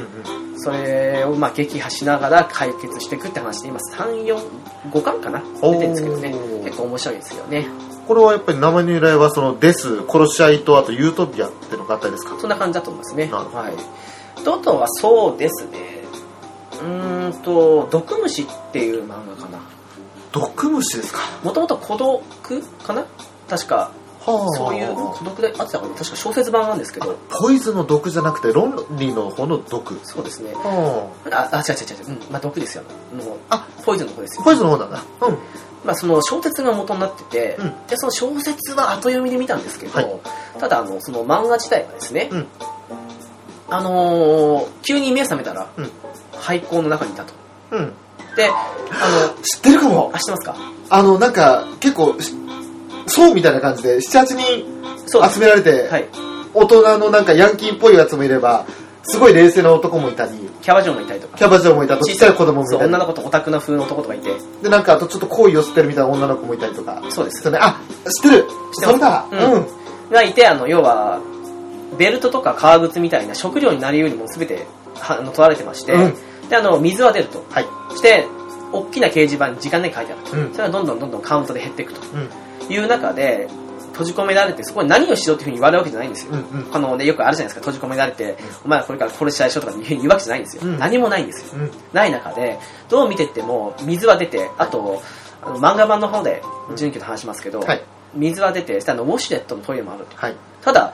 Speaker 1: それをまあ撃破しながら解決していくって話で今345巻かな出
Speaker 2: おー
Speaker 1: てるんですけどね結構面白いですよね
Speaker 2: これはやっぱり名前の由来はそのデス殺し合いとあとユートピアっていうのがあったりですか
Speaker 1: そんな感じだと思いますね
Speaker 2: なるほど
Speaker 1: はいとあとはそうですねうーんと「毒虫」っていう漫画かな
Speaker 2: 毒虫ですか
Speaker 1: もともと孤独かな確か
Speaker 2: は
Speaker 1: そういう孤独であってたかな確か小説版なんですけど
Speaker 2: ポイズの毒じゃなくて論理の方の毒
Speaker 1: そうですね
Speaker 2: は
Speaker 1: ああ違う違う違う違う、うんまあ、毒ですよもう
Speaker 2: あ
Speaker 1: ポイズンの方です
Speaker 2: あ
Speaker 1: よ
Speaker 2: ポイズの方なんだうん
Speaker 1: まあ、その小説が元になってて、
Speaker 2: うん
Speaker 1: でその小説は後読みで見たんですけど、
Speaker 2: はい
Speaker 1: ただあのその漫画自体はですね、
Speaker 2: うん
Speaker 1: あのー急に目覚めたら、
Speaker 2: うん
Speaker 1: 廃校の中にいたと
Speaker 2: うん
Speaker 1: であの
Speaker 2: 知ってるかも
Speaker 1: あ知ってますか
Speaker 2: あのなんか結構しそうみたいな感じで78人
Speaker 1: そうです
Speaker 2: 集められて、
Speaker 1: はい
Speaker 2: 大人のなんかヤンキーっぽいやつもいればすごい冷静な男もいたり
Speaker 1: キャバ嬢がいたりとか
Speaker 2: キャバ嬢もいたりちっちゃい子供もい
Speaker 1: そう
Speaker 2: たり
Speaker 1: 女の子とオタクな風の男とかいて
Speaker 2: でなんかあとちょっと好意を吸ってるみたいな女の子もいたりとか
Speaker 1: そうで
Speaker 2: そ
Speaker 1: す
Speaker 2: うねあ知ってる
Speaker 1: てます
Speaker 2: それだ
Speaker 1: うん
Speaker 2: うん
Speaker 1: がいてあの要はベルトとか革靴みたいな食料になりうるもの全てはあの取られてまして、
Speaker 2: う
Speaker 1: であの水は出ると
Speaker 2: はい
Speaker 1: して大きな掲示板に時間で書いてあると、
Speaker 2: うん
Speaker 1: それはどんどんどんどんカウントで減っていくと
Speaker 2: うん
Speaker 1: いう中で閉じ込められてそこに何をしろっていうふうに言われるわけじゃないんですよ、
Speaker 2: うんうん
Speaker 1: あのね、よくあるじゃないですか閉じ込められてお前らこれから殺し合いしろとかいうふうに言うわけじゃないんですよ、
Speaker 2: うん
Speaker 1: 何もないんですよ
Speaker 2: うん
Speaker 1: ない中でどう見てっても水は出てあとあの漫画版の方で準拠と話しますけど、
Speaker 2: はい
Speaker 1: 水は出てしたらウォシュレットのトイレもあると
Speaker 2: はい
Speaker 1: ただ、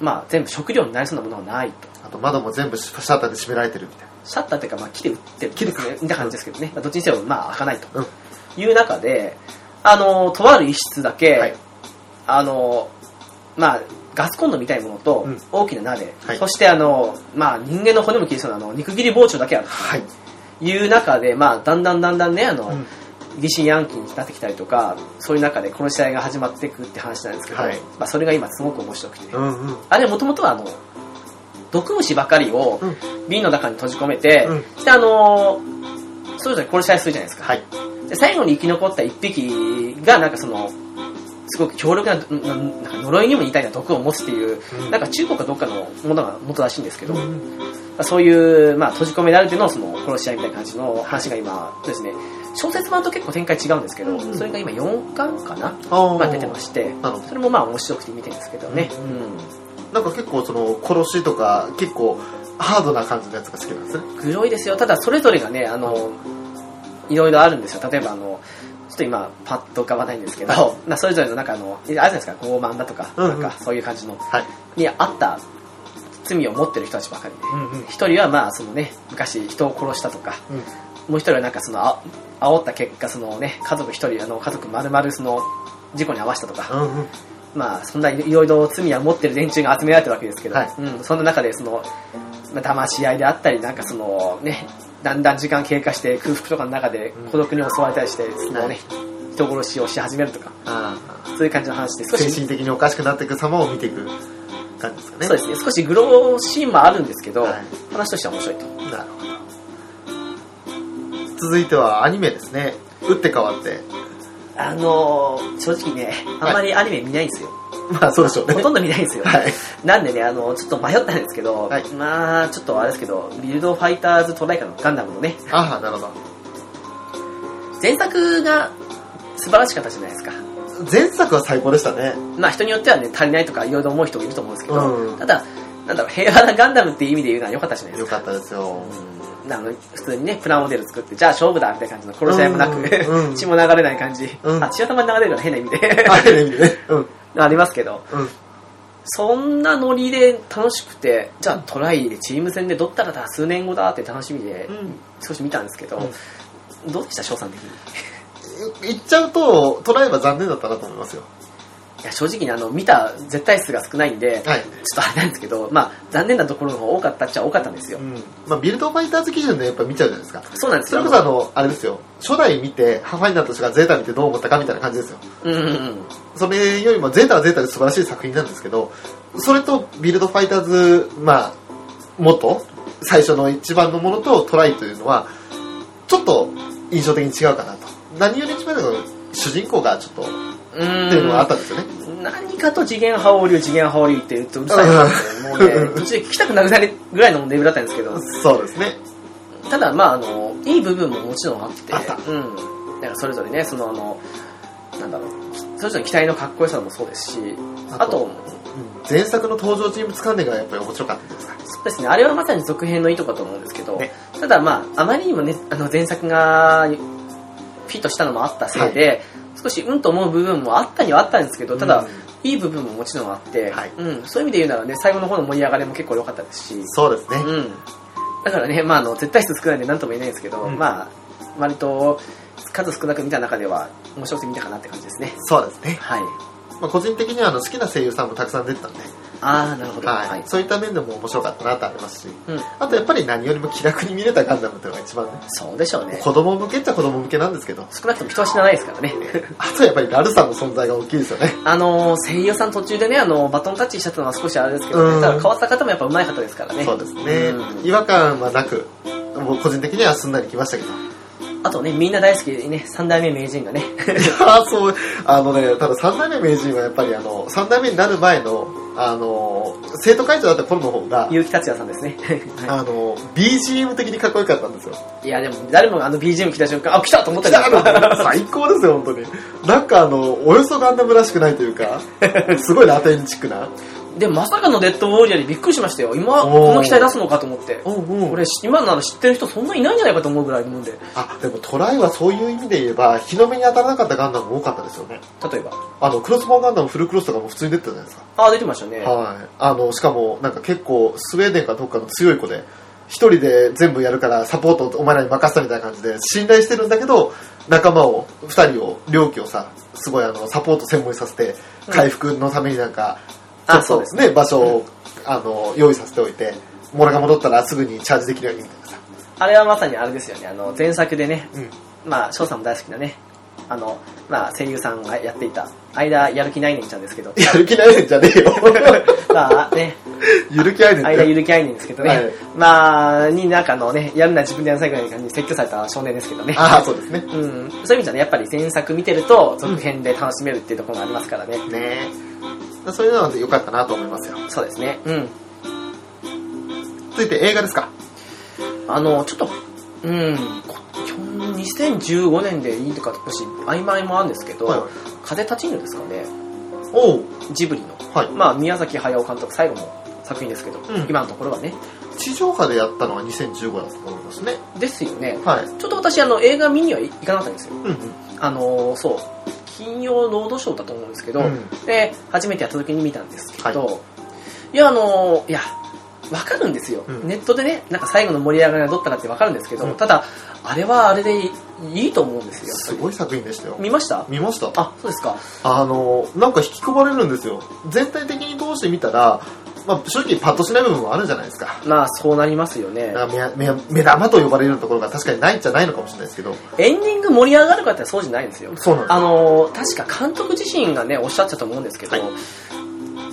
Speaker 1: まあ、全部食料になりそうなものはないと
Speaker 2: あと窓も全部シャッターで閉められてるみたい
Speaker 1: シャッターというか、まあ、木で打ってる
Speaker 2: 木で打ってる
Speaker 1: みたいな感じですけどね、まあどっちにせよ、まあ、開かないと
Speaker 2: な
Speaker 1: いう中で、あのとある一室だけ、
Speaker 2: はい
Speaker 1: あのまあ、ガスコンロみたいなものと
Speaker 2: うん
Speaker 1: 大きな鍋、
Speaker 2: はい
Speaker 1: そしてあの、まあ、人間の骨も切りそうなあの肉切り包丁だけある
Speaker 2: はい
Speaker 1: という中で、まあ、だんだんだんだんねあの、
Speaker 2: うん
Speaker 1: 疑心暗鬼になってきたりとかそういう中でこの試合が始まっていくって話なんですけど、
Speaker 2: はい
Speaker 1: まあ、それが今すごく面白くて、
Speaker 2: うんうん
Speaker 1: あれもともとはあの毒虫ばかりを
Speaker 2: うん
Speaker 1: 瓶の中に閉じ込めて、
Speaker 2: うん
Speaker 1: であのーそれぞれ殺し合いするじゃないですか、
Speaker 2: はい
Speaker 1: で最後に生き残った一匹がなんかそのすごく強力なななんか呪いにも似たような毒を持つっていう、
Speaker 2: うん
Speaker 1: なんか中国かどっかのものが元らしいんですけど、
Speaker 2: う
Speaker 1: ま
Speaker 2: ん
Speaker 1: あそういう、まあ、閉じ込められてのその殺し合いみたいな感じの話が今そうですね小説版と結構展開違うんですけど、
Speaker 2: うん
Speaker 1: それが今4巻かな、
Speaker 2: あー
Speaker 1: まあ、出てまして
Speaker 2: なるほど
Speaker 1: それもまあ面白くて見てるんですけどね、
Speaker 2: う
Speaker 1: うん
Speaker 2: なんか結構その殺しとか結構ハードな感じのやつが好きなんですね
Speaker 1: グロいですよただそれぞれがねあのいろいろあるんですよ例えばあのちょっと今パッと浮かばないんですけど、
Speaker 2: は
Speaker 1: まあそれぞれの中のあれじゃないですか傲慢だとか,、
Speaker 2: うんうん
Speaker 1: なんかそういう感じの
Speaker 2: はい
Speaker 1: にあった罪を持ってる人たちばかりで
Speaker 2: うんうん
Speaker 1: 一、人はまあそのね昔人を殺したとか
Speaker 2: うん
Speaker 1: もう一人はなんかそのあ煽った結果そのね家族一人あの家族丸々その事故に遭わしたとか、
Speaker 2: うんうん
Speaker 1: まあそんないろいろ罪は持ってる連中が集められてるわけですけど、
Speaker 2: はい
Speaker 1: うん、そんな中でその、まあ、騙し合いであったりなんかそのねだんだん時間経過して空腹とかの中で
Speaker 2: うん
Speaker 1: 孤独に襲われたりしてその
Speaker 2: は
Speaker 1: ね
Speaker 2: い
Speaker 1: 人殺しをし始めるとか
Speaker 2: あ
Speaker 1: そういう感じの話で
Speaker 2: あ
Speaker 1: 少
Speaker 2: 精
Speaker 1: し
Speaker 2: 神的におかしくなっていく様を見ていく感じですかね
Speaker 1: そうですね少しグローシーンもあるんですけど、
Speaker 2: はい
Speaker 1: 話としては面白いと
Speaker 2: なるほど続いてはアニメですね打って変わって
Speaker 1: あのー正直ねあんまりアニメ見ないんですよ、
Speaker 2: まあそうでしょうね
Speaker 1: ほとんど見ないんですよ、
Speaker 2: はい
Speaker 1: なんでねあのちょっと迷ったんですけど、
Speaker 2: はい
Speaker 1: まあちょっとあれですけどビルドファイターズトライカーのガンダムのね
Speaker 2: ああなるほ
Speaker 1: 前作が素晴らしかったじゃないですか
Speaker 2: ど前作は最高でしたね
Speaker 1: まあ人によってはね足りないとかいろいろ思う人もいると思うんですけど、
Speaker 2: うん
Speaker 1: ただなんだろう平和なガンダムっていう意味で言うのは良かったじゃないで
Speaker 2: よ
Speaker 1: すか
Speaker 2: かったですよ
Speaker 1: うんあの普通にねプラモデル作ってじゃあ勝負だみたいな感じの殺し合いもなく、
Speaker 2: うんうん
Speaker 1: 血も流れない感じ、
Speaker 2: うん
Speaker 1: あ血はたまに流れるような変な意味で
Speaker 2: あれねうん
Speaker 1: ありますけど
Speaker 2: うん
Speaker 1: そんなノリで楽しくてじゃあトライでチーム戦でどったらだ数年後だって楽しみで
Speaker 2: うん
Speaker 1: 少し見たんですけど、どうでした翔さん的に
Speaker 2: 言っちゃうと捉えば残念だったなと思いますよ
Speaker 1: いや正直にあの見た絶対数が少ないんで、
Speaker 2: は
Speaker 1: ち
Speaker 2: い
Speaker 1: ょっとあれなんですけど、まあ、残念なところの方が多かったっちゃ多かったんですよ。
Speaker 2: うんまあビルドファイターズ基準でやっぱ見ちゃうじゃないですか
Speaker 1: そうなんです
Speaker 2: それ
Speaker 1: よ。
Speaker 2: こそあのあれですよ初代見てハファイナーとしてがゼータ見てどう思ったかみたいな感じですよ
Speaker 1: うんうんうん。
Speaker 2: それよりもゼータはゼータで素晴らしい作品なんですけどそれとビルドファイターズまあ元最初の一番のものとトライというのは印象的に違うかなと何より一番だと主人公がちょっとっ
Speaker 1: うーん
Speaker 2: ていうのがあったんですよね、
Speaker 1: 何かと次元派王流次元派王流って言うとうるさいなってもうね途中で聞きたくなくなるぐらいのレベルだったんですけど
Speaker 2: そうですね
Speaker 1: ただまああのいい部分ももちろんあって
Speaker 2: あった
Speaker 1: うんなんかそれぞれねそのあのなんだろうそれぞれの機体のかっこよさもそうですしあと
Speaker 2: あとうん前作の登場人物関連がやっぱり面白かったですから
Speaker 1: そうですねあれはまさに続編のいいとこだと思うんですけど、
Speaker 2: ね
Speaker 1: ただまああまりにもねあの前作がフィットしたのもあったせいで、少しうんと思う部分もあったにはあったんですけどただ、
Speaker 2: うん
Speaker 1: いい部分ももちろんあって、
Speaker 2: はい
Speaker 1: うん、そういう意味で言うならね最後の方の盛り上がりも結構良かったですし
Speaker 2: そうですね、
Speaker 1: うん、だからね、まあ、あの絶対数少ないんで何とも言えないんですけど、
Speaker 2: うん
Speaker 1: まあ割と数少なく見た中では面白く見たかなって感じですね
Speaker 2: そうですね、
Speaker 1: はい
Speaker 2: まあ、個人的にはあの好きな声優さんもたくさん出てたんで、
Speaker 1: ああなるほど
Speaker 2: はい
Speaker 1: はい
Speaker 2: そういった面でも面白かったなとありますし
Speaker 1: うん、
Speaker 2: あとやっぱり何よりも気楽に見れたガンダムというのが一番ね
Speaker 1: そうでしょうね
Speaker 2: 子供向けっちゃ子供向けなんですけど
Speaker 1: 少なくとも人は死なないですからね
Speaker 2: あとやっぱりラルさんの存在が大きいですよね
Speaker 1: あのー声優さん途中でねあのバトンタッチしちゃったのは少しあれですけど、ね
Speaker 2: うん
Speaker 1: ただ変わった方もやっぱ上手い方ですからね
Speaker 2: そうですね、
Speaker 1: うん
Speaker 2: 違和感はなくもう個人的にはすんなりきましたけど
Speaker 1: あとねみんな大好きでね三代目名人がね
Speaker 2: いやーそうあのねただ3代目名人はやっぱりあの3代目になる前のあの生徒会長だった頃の方が、
Speaker 1: 結城達也さんですね、は
Speaker 2: あの BGM 的にかっこよかったんですよ
Speaker 1: い、いやでも誰もがあの BGM 来た瞬間あ来たと思ったじゃないですか
Speaker 2: 最高ですよ本当になんかあのおよそガンダムらしくないというかすごいラテンチッ クな
Speaker 1: でまさかのデッドウォーリアーでびっくりしましたよ今
Speaker 2: おー
Speaker 1: この機体出すのかと思って
Speaker 2: うんうん
Speaker 1: 俺今なら知ってる人そんないないんじゃないかと思うぐらいのもんで
Speaker 2: あでもトライはそういう意味で言えば日の目に当たらなかったガンダムも多かったですよね
Speaker 1: 例えば
Speaker 2: あのクロスボウンガンダムフルクロスとかも普通に出てたじゃないですか
Speaker 1: ああ出てましたね
Speaker 2: はい、あのしかもなんか結構スウェーデンかどっかの強い子で一人で全部やるからサポートお前らに任せたみたいな感じで信頼してるんだけど仲間を二人を両機をさすごいあのサポート専門にさせて
Speaker 1: うん
Speaker 2: 回復のためになんか、
Speaker 1: あ
Speaker 2: ちょっと
Speaker 1: そうです
Speaker 2: ね場所を、あの用意させておいてモラが戻ったらすぐにチャージできるようにみたいなさ、
Speaker 1: あれはまさにあれですよねあの前作でね
Speaker 2: うん、
Speaker 1: まあ翔さんも大好きなねあのまあ声優さんがやっていた間やる気ないねんちゃんですけど
Speaker 2: やる気ないねんじゃ ねえよ
Speaker 1: まあね
Speaker 2: ゆる気あいねん だ
Speaker 1: 間
Speaker 2: よ
Speaker 1: ゆるきあいねんですけどね、
Speaker 2: はい
Speaker 1: まあになんかあのねやるなら自分でやらないぐらいの感じに説教された少年ですけどね
Speaker 2: ああそうですね
Speaker 1: うん、そういう意味じゃねやっぱり前作見てると続編で楽しめるっていうところがありますからね、
Speaker 2: ねえそういうのでよかったなと思いますよ
Speaker 1: そうですねうん
Speaker 2: 続いて映画ですか
Speaker 1: あの、ちょっと、うん、こ去2015年でいいとか少し曖昧もあるんですけど、
Speaker 2: はいはい
Speaker 1: 風立ちぬですかね、
Speaker 2: おう
Speaker 1: ジブリの。
Speaker 2: はい
Speaker 1: まあ、宮崎駿監督最後の作品ですけど、
Speaker 2: ん
Speaker 1: 今のところはね。
Speaker 2: 地上波でやったのは2015だったと思いますね。
Speaker 1: ですよね。
Speaker 2: はい。
Speaker 1: ちょっと私、あの、映画見にはい行かなかったんですよ。
Speaker 2: うん、
Speaker 1: あのーそう、金曜ロードショーだと思うんですけど、
Speaker 2: うん
Speaker 1: で、初めてやった時に見たんですけど、い、や、あのーいや、わかるんですよ、
Speaker 2: うん
Speaker 1: ネットでね、なんか最後の盛り上がりがどったらってわかるんですけど、
Speaker 2: うん
Speaker 1: ただ、あれはあれでいいと思うんですよ。
Speaker 2: すごい作品でしたよ。
Speaker 1: 見ました
Speaker 2: 見ましたあ
Speaker 1: あそうですか
Speaker 2: の、なんか引き込まれるんですよ。全体的に通して見たら、まあ、正直パッとしない部分もあるじゃないですか。
Speaker 1: まあそうなりますよね
Speaker 2: だから目目目玉と呼ばれるところが確かにないんじゃないのかもしれないですけど。
Speaker 1: エンディング盛り上がるかってそうじゃないんですよ
Speaker 2: そうなんです
Speaker 1: あのー確か監督自身がねおっしゃってたと思うんですけど、
Speaker 2: はい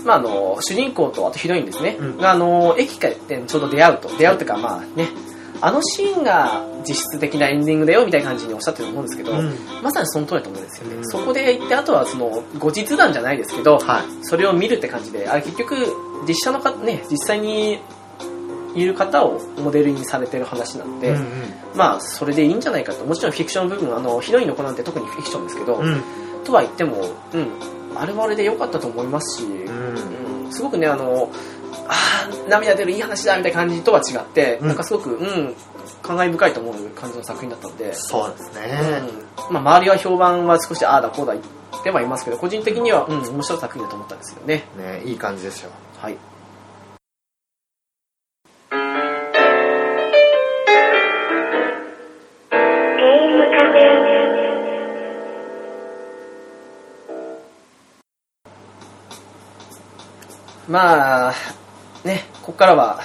Speaker 1: まああのー主人公とあとヒロインですね、
Speaker 2: うん
Speaker 1: があのー駅かでちょうど出会うと出会うというかまあねあのシーンが実質的なエンディングだよみたいな感じにおっしゃってると思うんですけど、
Speaker 2: うん
Speaker 1: まさにその通りだと思うんですよね、
Speaker 2: うん
Speaker 1: そこで行ってあとはその後日談じゃないですけど、
Speaker 2: はい。
Speaker 1: それを見るって感じであれ結局実写の方ね実際にいる方をモデルにされてる話なんで、
Speaker 2: うん
Speaker 1: まあそれでいいんじゃないかともちろんフィクションの部分あのヒロインの子なんて特にフィクションですけど、
Speaker 2: うん。
Speaker 1: とは言ってもうんあれはあれで良かったと思いますし、
Speaker 2: う。
Speaker 1: うんんすごくねあのあー涙出るいい話だみたいな感じとは違って、
Speaker 2: うん
Speaker 1: なんかすごくうん感慨深いと思う感じの作品だったので、
Speaker 2: そうですね。
Speaker 1: うんまあ、周りは評判は少しああだこうだ言ってはいますけど個人的には、うん、面白い作品だと思ったんですよね
Speaker 2: ねいい感じですよ。
Speaker 1: はい
Speaker 3: ゲームカフェ
Speaker 1: まあねここからは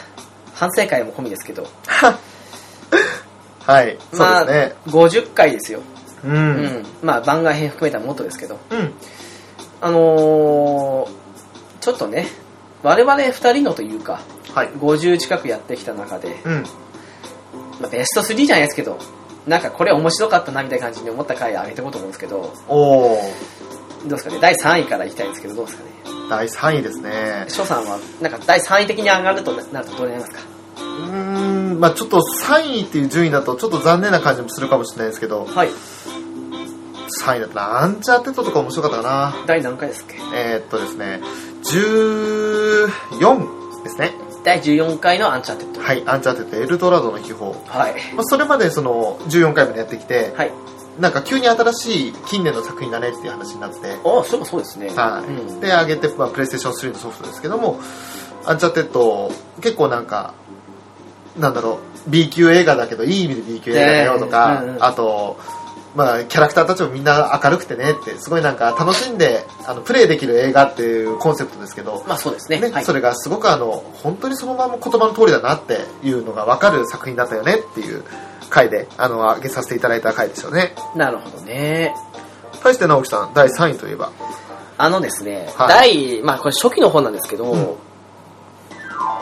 Speaker 1: 反省会も込みですけど、
Speaker 2: はい。
Speaker 1: ま
Speaker 2: そ
Speaker 1: あ
Speaker 2: うですね。
Speaker 1: 50回ですよ、
Speaker 2: う
Speaker 1: うん
Speaker 2: ん。
Speaker 1: まあ番外編含めたらもっとですけど
Speaker 2: うん。
Speaker 1: あのーちょっとね我々2人のというか
Speaker 2: はい。
Speaker 1: 50近くやってきた中で、
Speaker 2: うん。
Speaker 1: まあベスト3じゃないですけどなんかこれ面白かったなみたいな感じに思った回上げていこうと思うんですけど、ど
Speaker 2: おー、
Speaker 1: うですかね、第3位からいきたいんですけど、どうですかね。
Speaker 2: 第3位ですね。
Speaker 1: 翔さんは、なんか第3位的に上がるとなるとどれになりますか
Speaker 2: うーん、まあちょっと3位っていう順位だとちょっと残念な感じもするかもしれないですけど、
Speaker 1: はい。
Speaker 2: 3位だったらアンチャーテッドとか面白かったか
Speaker 1: 第何回ですっけ
Speaker 2: な。えー、っとですね、14ですね。
Speaker 1: 第14回のアンチャーテッド。
Speaker 2: はい、アンチャーテッドエルドラドの秘宝。
Speaker 1: はい。
Speaker 2: まあ、それまでその14回までやってきて、
Speaker 1: はい。
Speaker 2: なんか急に新しい近年の作品だねっていう話になって、
Speaker 1: ああ、そういえばそうですね。
Speaker 2: はい
Speaker 1: うん
Speaker 2: で上げて、まあ、プレイステーション3のソフトですけどもアンチャーテッド結構なんかなんだろう B 級映画だけどいい意味で B 級映画だよとか、
Speaker 1: ねえうんうん
Speaker 2: あとまあ、キャラクターたちもみんな明るくてねってすごいなんか楽しんであのプレイできる映画っていうコンセプトですけど、
Speaker 1: まあそうですね。
Speaker 2: ね
Speaker 1: はい。
Speaker 2: それがすごくあの本当にそのまま言葉の通りだなっていうのが分かる作品だったよねっていう回であの上げさせていただいた回でしたよね
Speaker 1: なるほどね。
Speaker 2: 対して直樹さん第3位といえば
Speaker 1: あのですね、
Speaker 2: は
Speaker 1: 第、まあこれ初期の方なんですけど、
Speaker 2: うん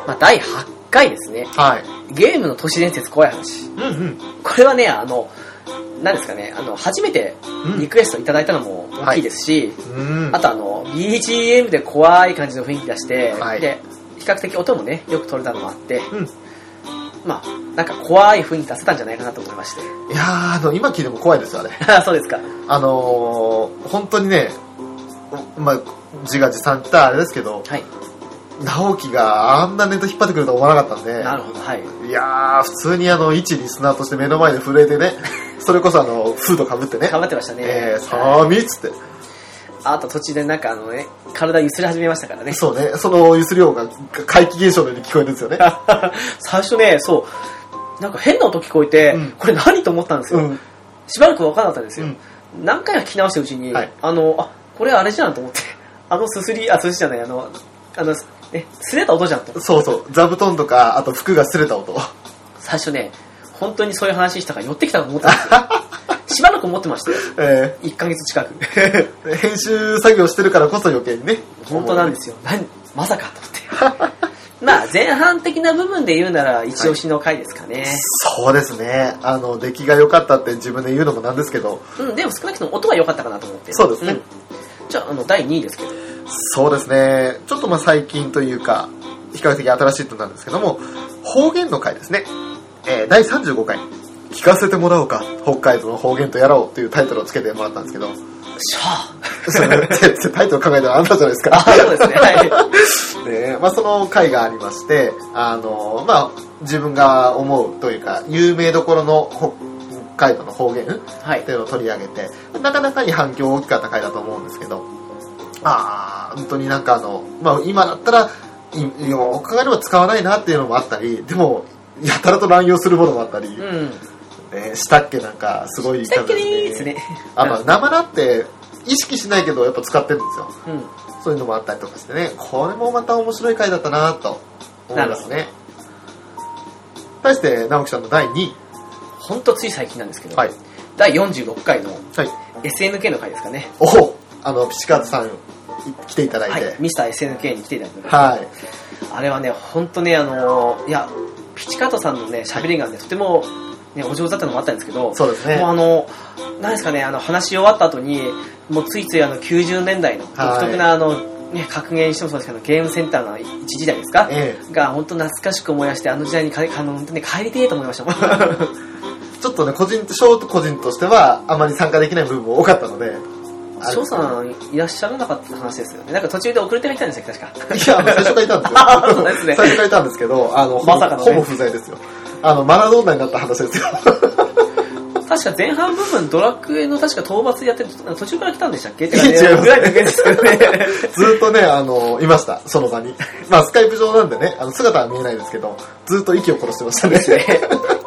Speaker 1: まあ第8回ですね。
Speaker 2: はい
Speaker 1: ゲームの都市伝説怖い話。
Speaker 2: うんうん
Speaker 1: これはね、あの、なんですかね、あの、初めて
Speaker 2: うん
Speaker 1: リクエストいただいたのも大きいですし、
Speaker 2: うん
Speaker 1: あとあの、BGM で怖い感じの雰囲気出して、
Speaker 2: はい
Speaker 1: で、比較的音もね、よく取れたのもあって、
Speaker 2: うん
Speaker 1: まあ、なんか怖い雰囲気出せたんじゃないかなと思いまして。
Speaker 2: いやーあの今聞いても怖いですよあれ
Speaker 1: あ そうですか。
Speaker 2: あのー、本当にねおまあ自画自賛って言ったらあれですけど
Speaker 1: はい。
Speaker 2: 直樹があんなネット引っ張ってくるとは思わなかったんで
Speaker 1: なるほど、はい。
Speaker 2: いやー普通にあの一リスナーとして目の前で震え てねそれこそあのフードかぶってね
Speaker 1: 頑張ってましたね。
Speaker 2: えー、さーみっつって
Speaker 1: あと途中でなんかあのね、体揺すり始めましたからね。
Speaker 2: そうね、そのゆすり音が怪奇現象のように聞こえるんですよね。
Speaker 1: 最初ね、そう、なんか変な音聞こえて、
Speaker 2: うん
Speaker 1: これ何と思ったんです
Speaker 2: う
Speaker 1: よ。
Speaker 2: ん。
Speaker 1: しばらく分からなかったんですよ。
Speaker 2: うん
Speaker 1: 何回か聞き直したうちに、
Speaker 2: はい
Speaker 1: あの、あ、これあれじゃんと思って、 あのすすり、あ、すすりじゃない、あの、あの、え、すれた音じゃんと。
Speaker 2: そうそう、座布団とか、あと服が擦れた音。
Speaker 1: 最初ね、本当にそういう話したから寄ってきたと思ったんですよ。し ばらく思ってましたよ。
Speaker 2: え
Speaker 1: 1ヶ月 近く。
Speaker 2: ー、編集作業してるからこそ余計にね。
Speaker 1: 本当なんですよ。何まさかと思って。 まあ、前半的な部分で言うなら、一押しの回ですかね。
Speaker 2: そうですね。あの、出来が良かったって自分で言うのもなんですけど、
Speaker 1: うん、でも少なくとも音は良かったかなと思って。
Speaker 2: そうですね
Speaker 1: んじゃあ、あの、第2位ですけど。
Speaker 2: そうですね。ちょっとまあ最近というか、比較的新しいとなんですけども、方言の回ですね。えー、第35回。聞かせてもらおうか。北海道の方言とやろうというタイトルをつけてもらったんですけど、
Speaker 1: しゃ
Speaker 2: それタイトル考えたのあなたじゃないです
Speaker 1: あ。
Speaker 2: か。
Speaker 1: あ、 そうですね。は
Speaker 2: で、まあ、その回がありまして、あの、まあ、自分が思うというか、有名どころの北海道の方言っ
Speaker 1: い。
Speaker 2: て
Speaker 1: はい
Speaker 2: いうのを取り上げて、なかなかに反響大きかった回だと思うんですけど、ああ、本当になんかあの、まあ、今だったら、いよく考えれば使わないなっていうのもあったり、でも、やたらと乱用するものもあったり、
Speaker 1: う
Speaker 2: ね、
Speaker 1: ん。
Speaker 2: したっけなんか、すごい
Speaker 1: したっけ
Speaker 2: 多分
Speaker 1: ねーですね。
Speaker 2: あ、まあ、生だって、意識しないけど、やっぱ使ってるんですよ。
Speaker 1: うん。
Speaker 2: そういうのもあったりとかしてね、これもまた面白い回だったなと思いますね。対して、直樹さんの第2位。
Speaker 1: ほんとつい最近なんですけど、
Speaker 2: はい。
Speaker 1: 第46回の
Speaker 2: はい。
Speaker 1: SNK の回ですかね。
Speaker 2: おおあの、ピチカートさんい来ていただい
Speaker 1: はい
Speaker 2: て。。
Speaker 1: ミスター SNK に来ていただいて、
Speaker 2: はい。
Speaker 1: あれはね、ほんとね、あのーいや、ピチカートさんのね、喋りがね、とても、ね、お上手だったのもあったんですけど、
Speaker 2: そうですね
Speaker 1: もうあの、なんですかね、あの、話し終わった後に、もうついついあの、90年代の独特な、あの、ね、格言してもそうですけど、ゲームセンターの一時代ですか、
Speaker 2: え
Speaker 1: が、本当懐かしく思い出して、あの時代にかあの、本当に帰りてえと思いましたも ん。
Speaker 2: え。ちょっとね、個人、ショート個人としては、あまり参加できない部分も多かったので。
Speaker 1: 翔
Speaker 2: ん
Speaker 1: さん、いらっしゃらなかった話ですよね。なんか途中で遅れてる人なんでしたっけ、確か。
Speaker 2: い や、あの最初からいたんです
Speaker 1: あそうです
Speaker 2: よ。
Speaker 1: ね
Speaker 2: 最初からいたんですけど、あの、ほぼ
Speaker 1: まさかのね
Speaker 2: ほぼ不在ですよ。あの、マラドーナになった話で すよ。
Speaker 1: 確か前半部分、ドラクエの確か討伐やってる、途中から来たんでしたっけって
Speaker 2: いや
Speaker 1: 感じ
Speaker 2: 違います
Speaker 1: ぐらいだけですけどね。
Speaker 2: ずっとね、あの、いました、その場に。まあ、スカイプ上なんでね、あの姿は見えないですけど、ずっと息を殺してま したね。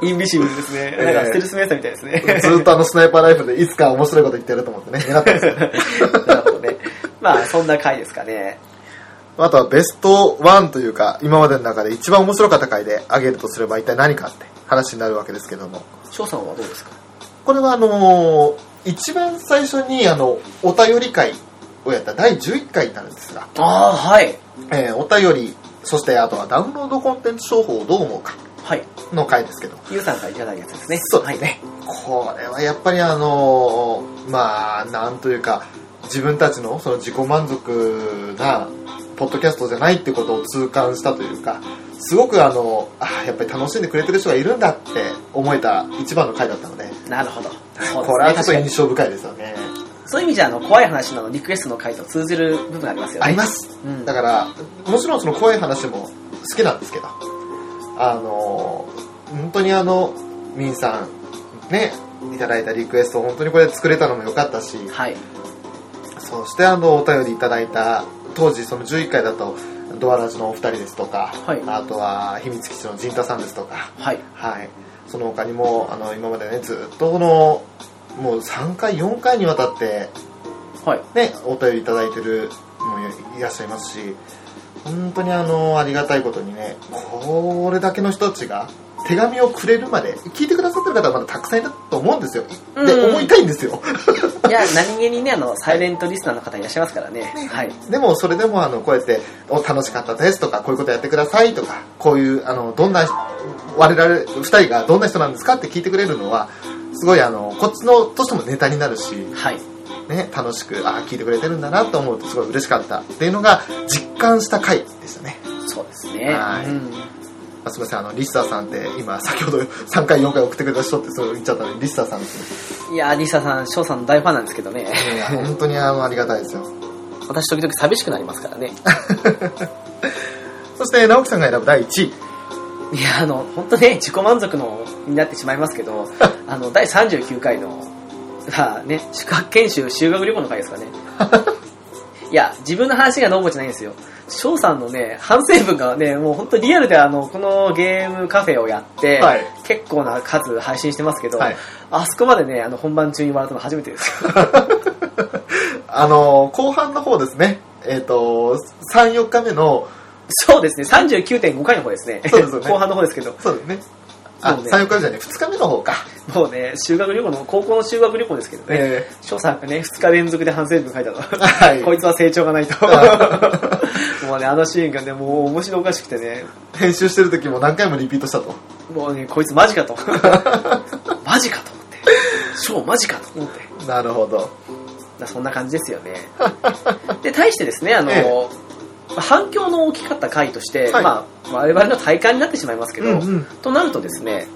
Speaker 1: インビシブルですね。なんかステルスメーターみたいですね。
Speaker 2: ずっとあのスナイパーライフルでいつか面白いこと言ってやると思ってね、狙ったんですよ。
Speaker 1: なるほどね。まあ、そんな回ですかね。
Speaker 2: あとはベスト1というか、今までの中で一番面白かった回で挙げるとすれば一体何かって話になるわけですけども。
Speaker 1: 翔さんはどうですか
Speaker 2: これはあの一番最初にあの、お便り会をやった第11回になるんですが、
Speaker 1: ああ、はい。
Speaker 2: えーお便り、そしてあとはダウンロードコンテンツ商法をどう思うか
Speaker 1: はい。
Speaker 2: の回ですけど。
Speaker 1: ゆうさんからいただいたやつですね。
Speaker 2: そうです
Speaker 1: ね。
Speaker 2: これはやっぱりあのまあなんというか自分たちのその自己満足なポッドキャストじゃないってことを痛感したというかすごくあのあーやっぱり楽しんでくれてる人がいるんだって思えた一番の回だったので
Speaker 1: なるほど。そうですね
Speaker 2: これはちょっと
Speaker 1: 確かに
Speaker 2: 印象深いですよね
Speaker 1: そういう意味じゃ、あの、怖い話のリクエストの回と通ずる部分ありますよね。
Speaker 2: あります
Speaker 1: うん
Speaker 2: だからもちろんその怖い話も好きなんですけどあの本当にあのミンさんねいただいたリクエスト本当にこれ作れたのも良かったし
Speaker 1: はい。
Speaker 2: そしてあのお便りいただいた当時その11回だとドアラジのお二人ですとか、
Speaker 1: はい
Speaker 2: あとは秘密基地の陣太さんですとか、
Speaker 1: はい。
Speaker 2: はい、その他にもあの今までねずっとこのもう3回4回にわたって、
Speaker 1: はい。
Speaker 2: ね、お便りいただいてるもいらっしゃいますし本当にあのありがたいことにねこれだけの人たちが手紙をくれるまで聞いてくださってる方はまだたくさんいると思うんですよで
Speaker 1: うん
Speaker 2: 思いたいんですよ
Speaker 1: いや、何気にね、あの、サイレントリスナーの方いらっしゃいますからね。はい。
Speaker 2: でもそれでもあのこうやって「お楽しかったです」とか「こういうことやってください」とかこういうあのどんな我々2人がどんな人なんですかって聞いてくれるのはすごいあのこっちのとしてもネタになるし、
Speaker 1: はい。
Speaker 2: ね、楽しくああ聞いてくれてるんだなと思うとすごい嬉しかったっていうのが実感した回でしたね、
Speaker 1: そうですね。
Speaker 2: はい
Speaker 1: うん
Speaker 2: まあ、すみませんあのリスターさんって今先ほど3回4回送ってくれた人ってそれ言っちゃったのでリスターさんですね
Speaker 1: いやー、リサさん、翔さんの大ファンなんですけどね。
Speaker 2: いや本当にあのありがたいですよ
Speaker 1: 私時々寂しくなりますからね。
Speaker 2: そして直樹さんが選ぶ第1位
Speaker 1: いや、あの、本当ね、自己満足のになってしまいますけ ど、あの、第39回の、まあね、宿泊研修修学旅行の回ですか ね。いや、自分の話が濃厚じゃないんですよ。翔さんのね、反省文がね、もう本当リアルであの、このゲームカフェをやって、
Speaker 2: はい
Speaker 1: 結構な数配信してますけど、
Speaker 2: はい
Speaker 1: あそこまでね、あの、本番中に笑ったの初めてですよ。
Speaker 2: あの後半の方ですね、えっ、と、3、4日目の、
Speaker 1: そうですね、39.5回の方ですね。
Speaker 2: そうですよね
Speaker 1: 後半の方ですけど、
Speaker 2: そうですね、あ、
Speaker 1: そうね
Speaker 2: 3、4日目じゃね、2日目の方か。
Speaker 1: もうね、修学旅行の、高校の修学旅行ですけどね、
Speaker 2: え
Speaker 1: 翔さんがね、2日連続で反省文書いたの。
Speaker 2: ー、はい。
Speaker 1: こいつは成長がないと。 もうね、あのシーンがね、もう面白おかしくてね、
Speaker 2: 編集してる時も何回もリピートしたと。
Speaker 1: もうね、こいつマジかと。 マジかと思って。ショーマジかと思って。だか
Speaker 2: なるほど。
Speaker 1: らそんな感じですよね。で、対してですね、あの、
Speaker 2: え
Speaker 1: 反響の大きかった回として、
Speaker 2: はい
Speaker 1: まあ、我々の体感になってしまいますけど、
Speaker 2: うんうん
Speaker 1: となるとですね、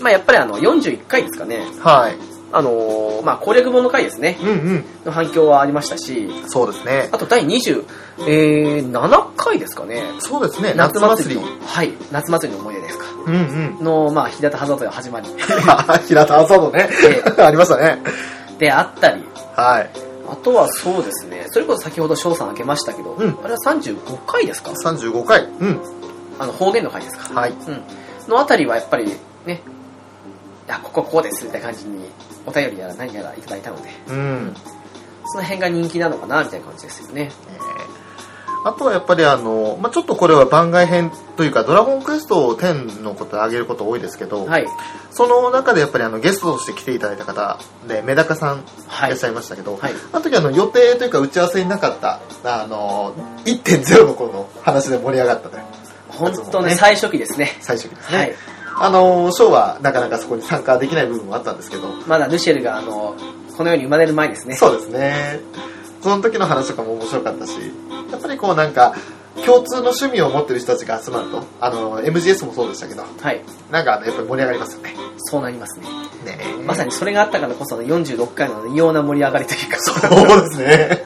Speaker 1: まあ、やっぱりあの、41回ですかね、
Speaker 2: はい。
Speaker 1: あの、まあ、攻略本の回ですね、
Speaker 2: うんうん。
Speaker 1: の反響はありましたし、
Speaker 2: そうですね。
Speaker 1: あと第27、えー7回ですかね。
Speaker 2: そうですね、夏祭り。
Speaker 1: はい。夏祭りの思い出ですか。
Speaker 2: うんうん。
Speaker 1: の、まあ、日向ハザードの始まり
Speaker 2: 平田朝のね、 ありましたね。
Speaker 1: であったり、
Speaker 2: はい。
Speaker 1: あとはそうですね、それこそ先ほど翔さん挙げましたけど、
Speaker 2: うん
Speaker 1: あれは35回ですか
Speaker 2: 35回。うん。
Speaker 1: あの、方言の回ですか。
Speaker 2: はい。
Speaker 1: うん。のあたりはやっぱり、ね、あ、こここうですみたいな感じに、お便りやら何やらいただいたので、
Speaker 2: うん。
Speaker 1: その辺が人気なのかな、みたいな感じですよね。
Speaker 2: えーあとはやっぱりあの、まあ、ちょっとこれは番外編というか、ドラゴンクエスト10のことを挙げること多いですけど、
Speaker 1: はい。
Speaker 2: その中でやっぱりあのゲストとして来ていただいた方で、メダカさんい
Speaker 1: はい
Speaker 2: らっしゃいましたけど、
Speaker 1: はい。
Speaker 2: あの時あの予定というか打ち合わせになかった、あの、1.0の頃の話で盛り上がったね、
Speaker 1: 本当ね、最初期ですね。
Speaker 2: 最初期ですね。
Speaker 1: はい。
Speaker 2: あの、ショーはなかなかそこに参加できない部分もあったんですけど、
Speaker 1: まだヌシェルが、あの、この世に生まれる前ですね。
Speaker 2: そうですね。その時の話とかも面白かったし、やっぱりこうなんか、共通の趣味を持ってる人たちが集まると、あの、MGS もそうでしたけど、
Speaker 1: はい。
Speaker 2: なんかあのやっぱり盛り上がりますよね。
Speaker 1: そうなりますね。
Speaker 2: ね
Speaker 1: まさにそれがあったからこその46回の異様な盛り上がりというか、
Speaker 2: そうですね。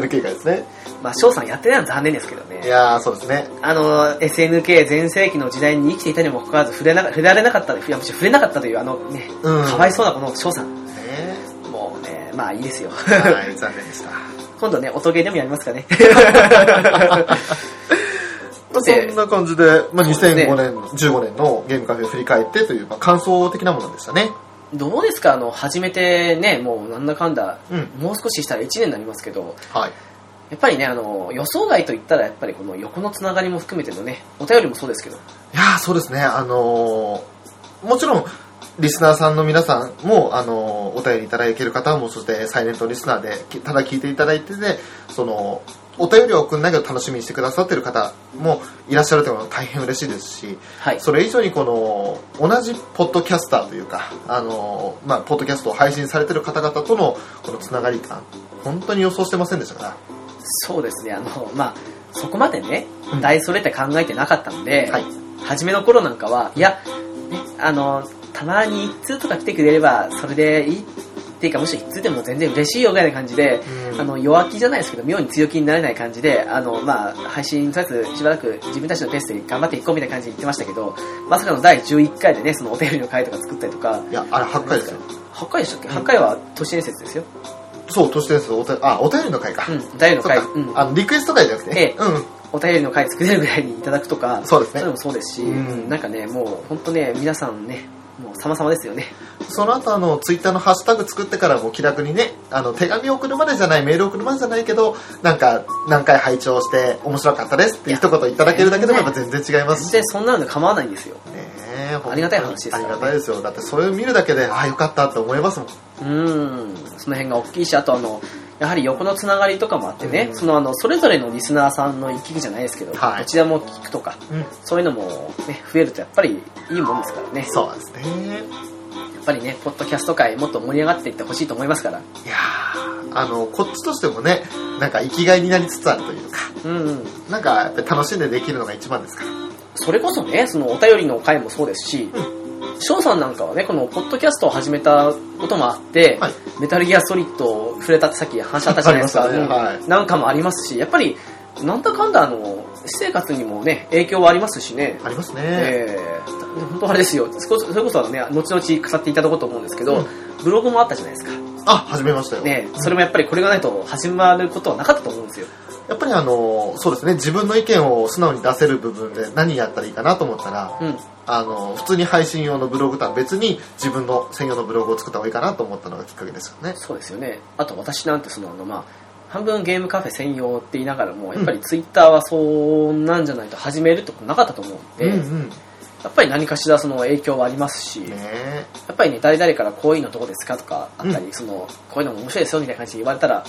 Speaker 2: SNK がですね。
Speaker 1: まあ、翔さんやってないのは残念ですけど
Speaker 2: い
Speaker 1: ね。
Speaker 2: やー、そうですね。
Speaker 1: あの、SNK 全盛期の時代に生きていたにもかかわらず触れな、触れられなかった、いや、むしろ触れなかったという、あのね、
Speaker 2: うん
Speaker 1: かわいそうなこの翔さん。
Speaker 2: ね
Speaker 1: もうね、まあいいですよ。
Speaker 2: はい、残念でした。
Speaker 1: 今度ね、音ゲーでもやりますか ね。
Speaker 2: まあ
Speaker 1: で
Speaker 2: そんな感じで、まあ、
Speaker 1: そうですね
Speaker 2: 2005年、15年のゲームカフェを振り返ってという、まあ、感想的なものでしたね。
Speaker 1: どうですかあの、始めてね、もうなんだかんだ、
Speaker 2: うん
Speaker 1: もう少ししたら1年になりますけど、
Speaker 2: はい。
Speaker 1: やっぱりね、あの、予想外といったら、やっぱりこの横のつながりも含めてのね、お便りもそうですけど、
Speaker 2: いやーそうですね、あのーもちろん、リスナーさんの皆さんも、あのーお便りいただける方も、そして、サイレントリスナーで、きただ聞いていただいてて、その、お便りを送んないけど楽しみにしてくださってる方もいらっしゃるというのは大変嬉しいですし、
Speaker 1: はい。
Speaker 2: それ以上にこの同じポッドキャスターというかあの、まあ、ポッドキャストを配信されてる方々とのこのつながり感本当に予想してませんでしたか
Speaker 1: そうですね、あの、まあ、そこまでね
Speaker 2: う、ん
Speaker 1: 大それて考えてなかったんで、
Speaker 2: ら、はい、
Speaker 1: 初めの頃なんかは、いや、いあの、たまに一通とか来てくれれば、それでいいっていうか、むしろ一通でも全然嬉しいよぐらいな感じで、あの弱気じゃないですけど妙に強気になれない感じであの、まあ、配信とりあえずしばらく自分たちのペースで頑張っていこうみたいな感じで言ってましたけどまさかの第11回でねそのお便りの回とか作ったりとか
Speaker 2: いやあれ8回ですよ
Speaker 1: 8回でしたっけ8回は都市伝説ですよ、
Speaker 2: そう都市伝説お便あお便りの回か、
Speaker 1: うん、お便りの
Speaker 2: そう
Speaker 1: 回
Speaker 2: か、
Speaker 1: うん、
Speaker 2: あのリクエスト回じゃなくてね、
Speaker 1: ええ
Speaker 2: うん
Speaker 1: お便りの回作れるぐらいにいただくとか
Speaker 2: そうですね
Speaker 1: れもそうですし、
Speaker 2: うん
Speaker 1: なんかねもう本当ね皆さんねもう様々ですよね
Speaker 2: その後あのツイッターのハッシュタグ作ってからも気楽にねあの手紙送るまでじゃないメール送るまでじゃないけどなんか何回拝聴して面白かったですって一言いただけるだけでもやっぱ全然違いま
Speaker 1: 全
Speaker 2: すしね
Speaker 1: 然そんなの構わないんですよ
Speaker 2: え
Speaker 1: ありがたい話ですか
Speaker 2: あ
Speaker 1: ら
Speaker 2: り
Speaker 1: ね
Speaker 2: がたいですよだってそれを見るだけでああよかったって思いますもん
Speaker 1: うーんその辺が大きいしあとあのやはり横のつながりとかもあってね、
Speaker 2: うん
Speaker 1: そのあのそれぞれのリスナーさんの行き来じゃないですけど、
Speaker 2: は
Speaker 1: ど
Speaker 2: い
Speaker 1: ちらも聞くとか
Speaker 2: うん
Speaker 1: そういうのも、ね、増えるとやっぱりいいもんですからねや
Speaker 2: そうですね
Speaker 1: っぱりねポッドキャスト界もっと盛り上がっていってほしいと思いますから
Speaker 2: いやーあのこっちとしてもねなんか生きがいになりつつあるというか
Speaker 1: うん、うん、
Speaker 2: なんかやっぱり楽しんでできるのが一番ですから
Speaker 1: それこそねそのお便りの回もそうですし翔、さんなんかはねこのポッドキャストを始めたこともあって、
Speaker 2: はい
Speaker 1: メタルギアソリッドを触れたってさっき話しあったじゃないですか、
Speaker 2: ありましたねはい
Speaker 1: うんなんかもありますしやっぱりなんだかんだあの私生活にもね影響はありますしね
Speaker 2: ありますね、
Speaker 1: えー本当あれですよ、そこそれこそはね、後々語っていただこうと思うんですけど、
Speaker 2: うん
Speaker 1: ブログもあったじゃないですか、
Speaker 2: あ始めましたよ、
Speaker 1: ね、それもやっぱりこれがないと始まることはなかったと思うんですよ、
Speaker 2: やっぱりあのそうですね自分の意見を素直に出せる部分で何やったらいいかなと思ったら
Speaker 1: うん、
Speaker 2: あの普通に配信用のブログとは別に自分の専用のブログを作った方がいいかなと思ったのがきっかけですよね
Speaker 1: そうですよね、あと私なんてそのあの、まあ、半分ゲームカフェ専用って言いながらも、やっぱりツイッターはそんなんじゃないと始めるとこなかったと思うんで、
Speaker 2: うんう
Speaker 1: や
Speaker 2: んね
Speaker 1: っぱり何かしらその影響はありますし、や
Speaker 2: え
Speaker 1: っぱりね、誰々からこういうのどうですかとかあったり、
Speaker 2: う
Speaker 1: そのこういうのも面白いですよみたいな感じで言われたら、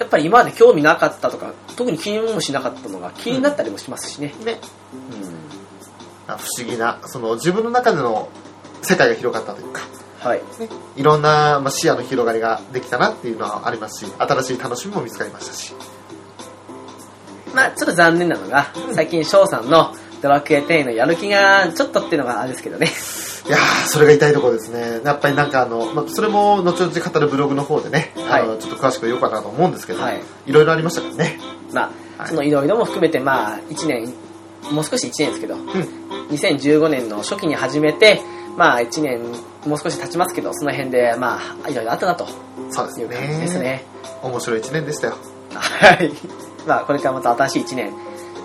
Speaker 1: やっぱり今まで興味なかったとか、特に気にもしなかったのが気になったりもしますしね。
Speaker 2: ね
Speaker 1: うん
Speaker 2: あ不思議なその自分の中での世界が広がったというか、
Speaker 1: はい。
Speaker 2: ね、いろんな、まあ、視野の広がりができたなっていうのはありますし新しい楽しみも見つかりましたし
Speaker 1: まあちょっと残念なのが、最近翔さんのドラクエ10のやる気がちょっとっていうのがあれですけどね。
Speaker 2: いやーそれが痛いところですねやっぱりなんかあの、まあ、それも後々語るブログの方でね、
Speaker 1: はい
Speaker 2: あのちょっと詳しく言おうかなと思うんですけど、
Speaker 1: はいい、
Speaker 2: ろいろありましたからね
Speaker 1: ま
Speaker 2: は
Speaker 1: あ
Speaker 2: い
Speaker 1: そのいろいろも含めて、まあ1年、もう少し1年ですけど、2015年の初期に始めて、まあ1年、もう少し経ちますけど、その辺で、まあいろいろあったなと
Speaker 2: そうです
Speaker 1: い
Speaker 2: ね
Speaker 1: う感じですね。
Speaker 2: 面白い1年でしたよ
Speaker 1: はい。まあこれからまた新しい1年、